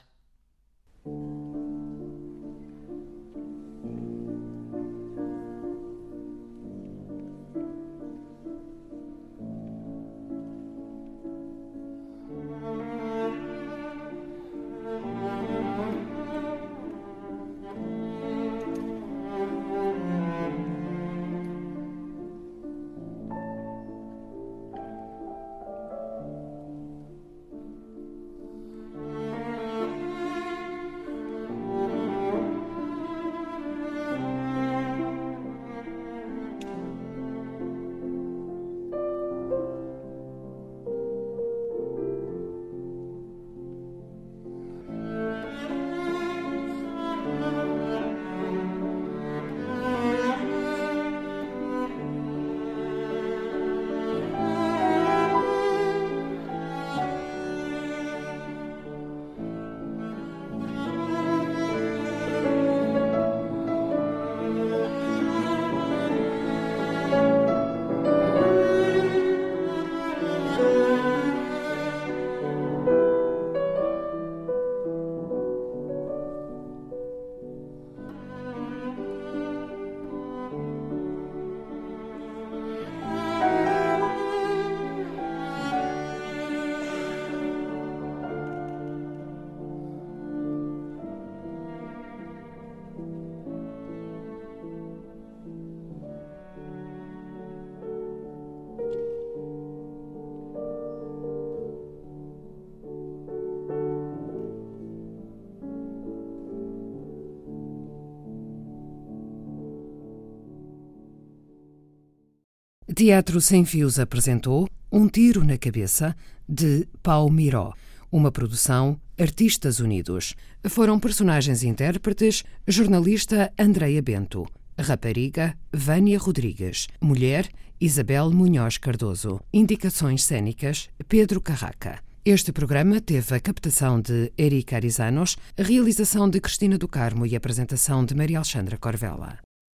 Teatro Sem Fios apresentou Um Tiro na Cabeça, de Pau Miró, uma produção Artistas Unidos. Foram personagens intérpretes jornalista Andreia Bento, rapariga Vânia Rodrigues, mulher Isabel Munhoz Cardoso, indicações cênicas Pedro Carraca. Este programa teve a captação de Erika Arizanos, realização de Cristina do Carmo e apresentação de Maria Alexandra Corvella.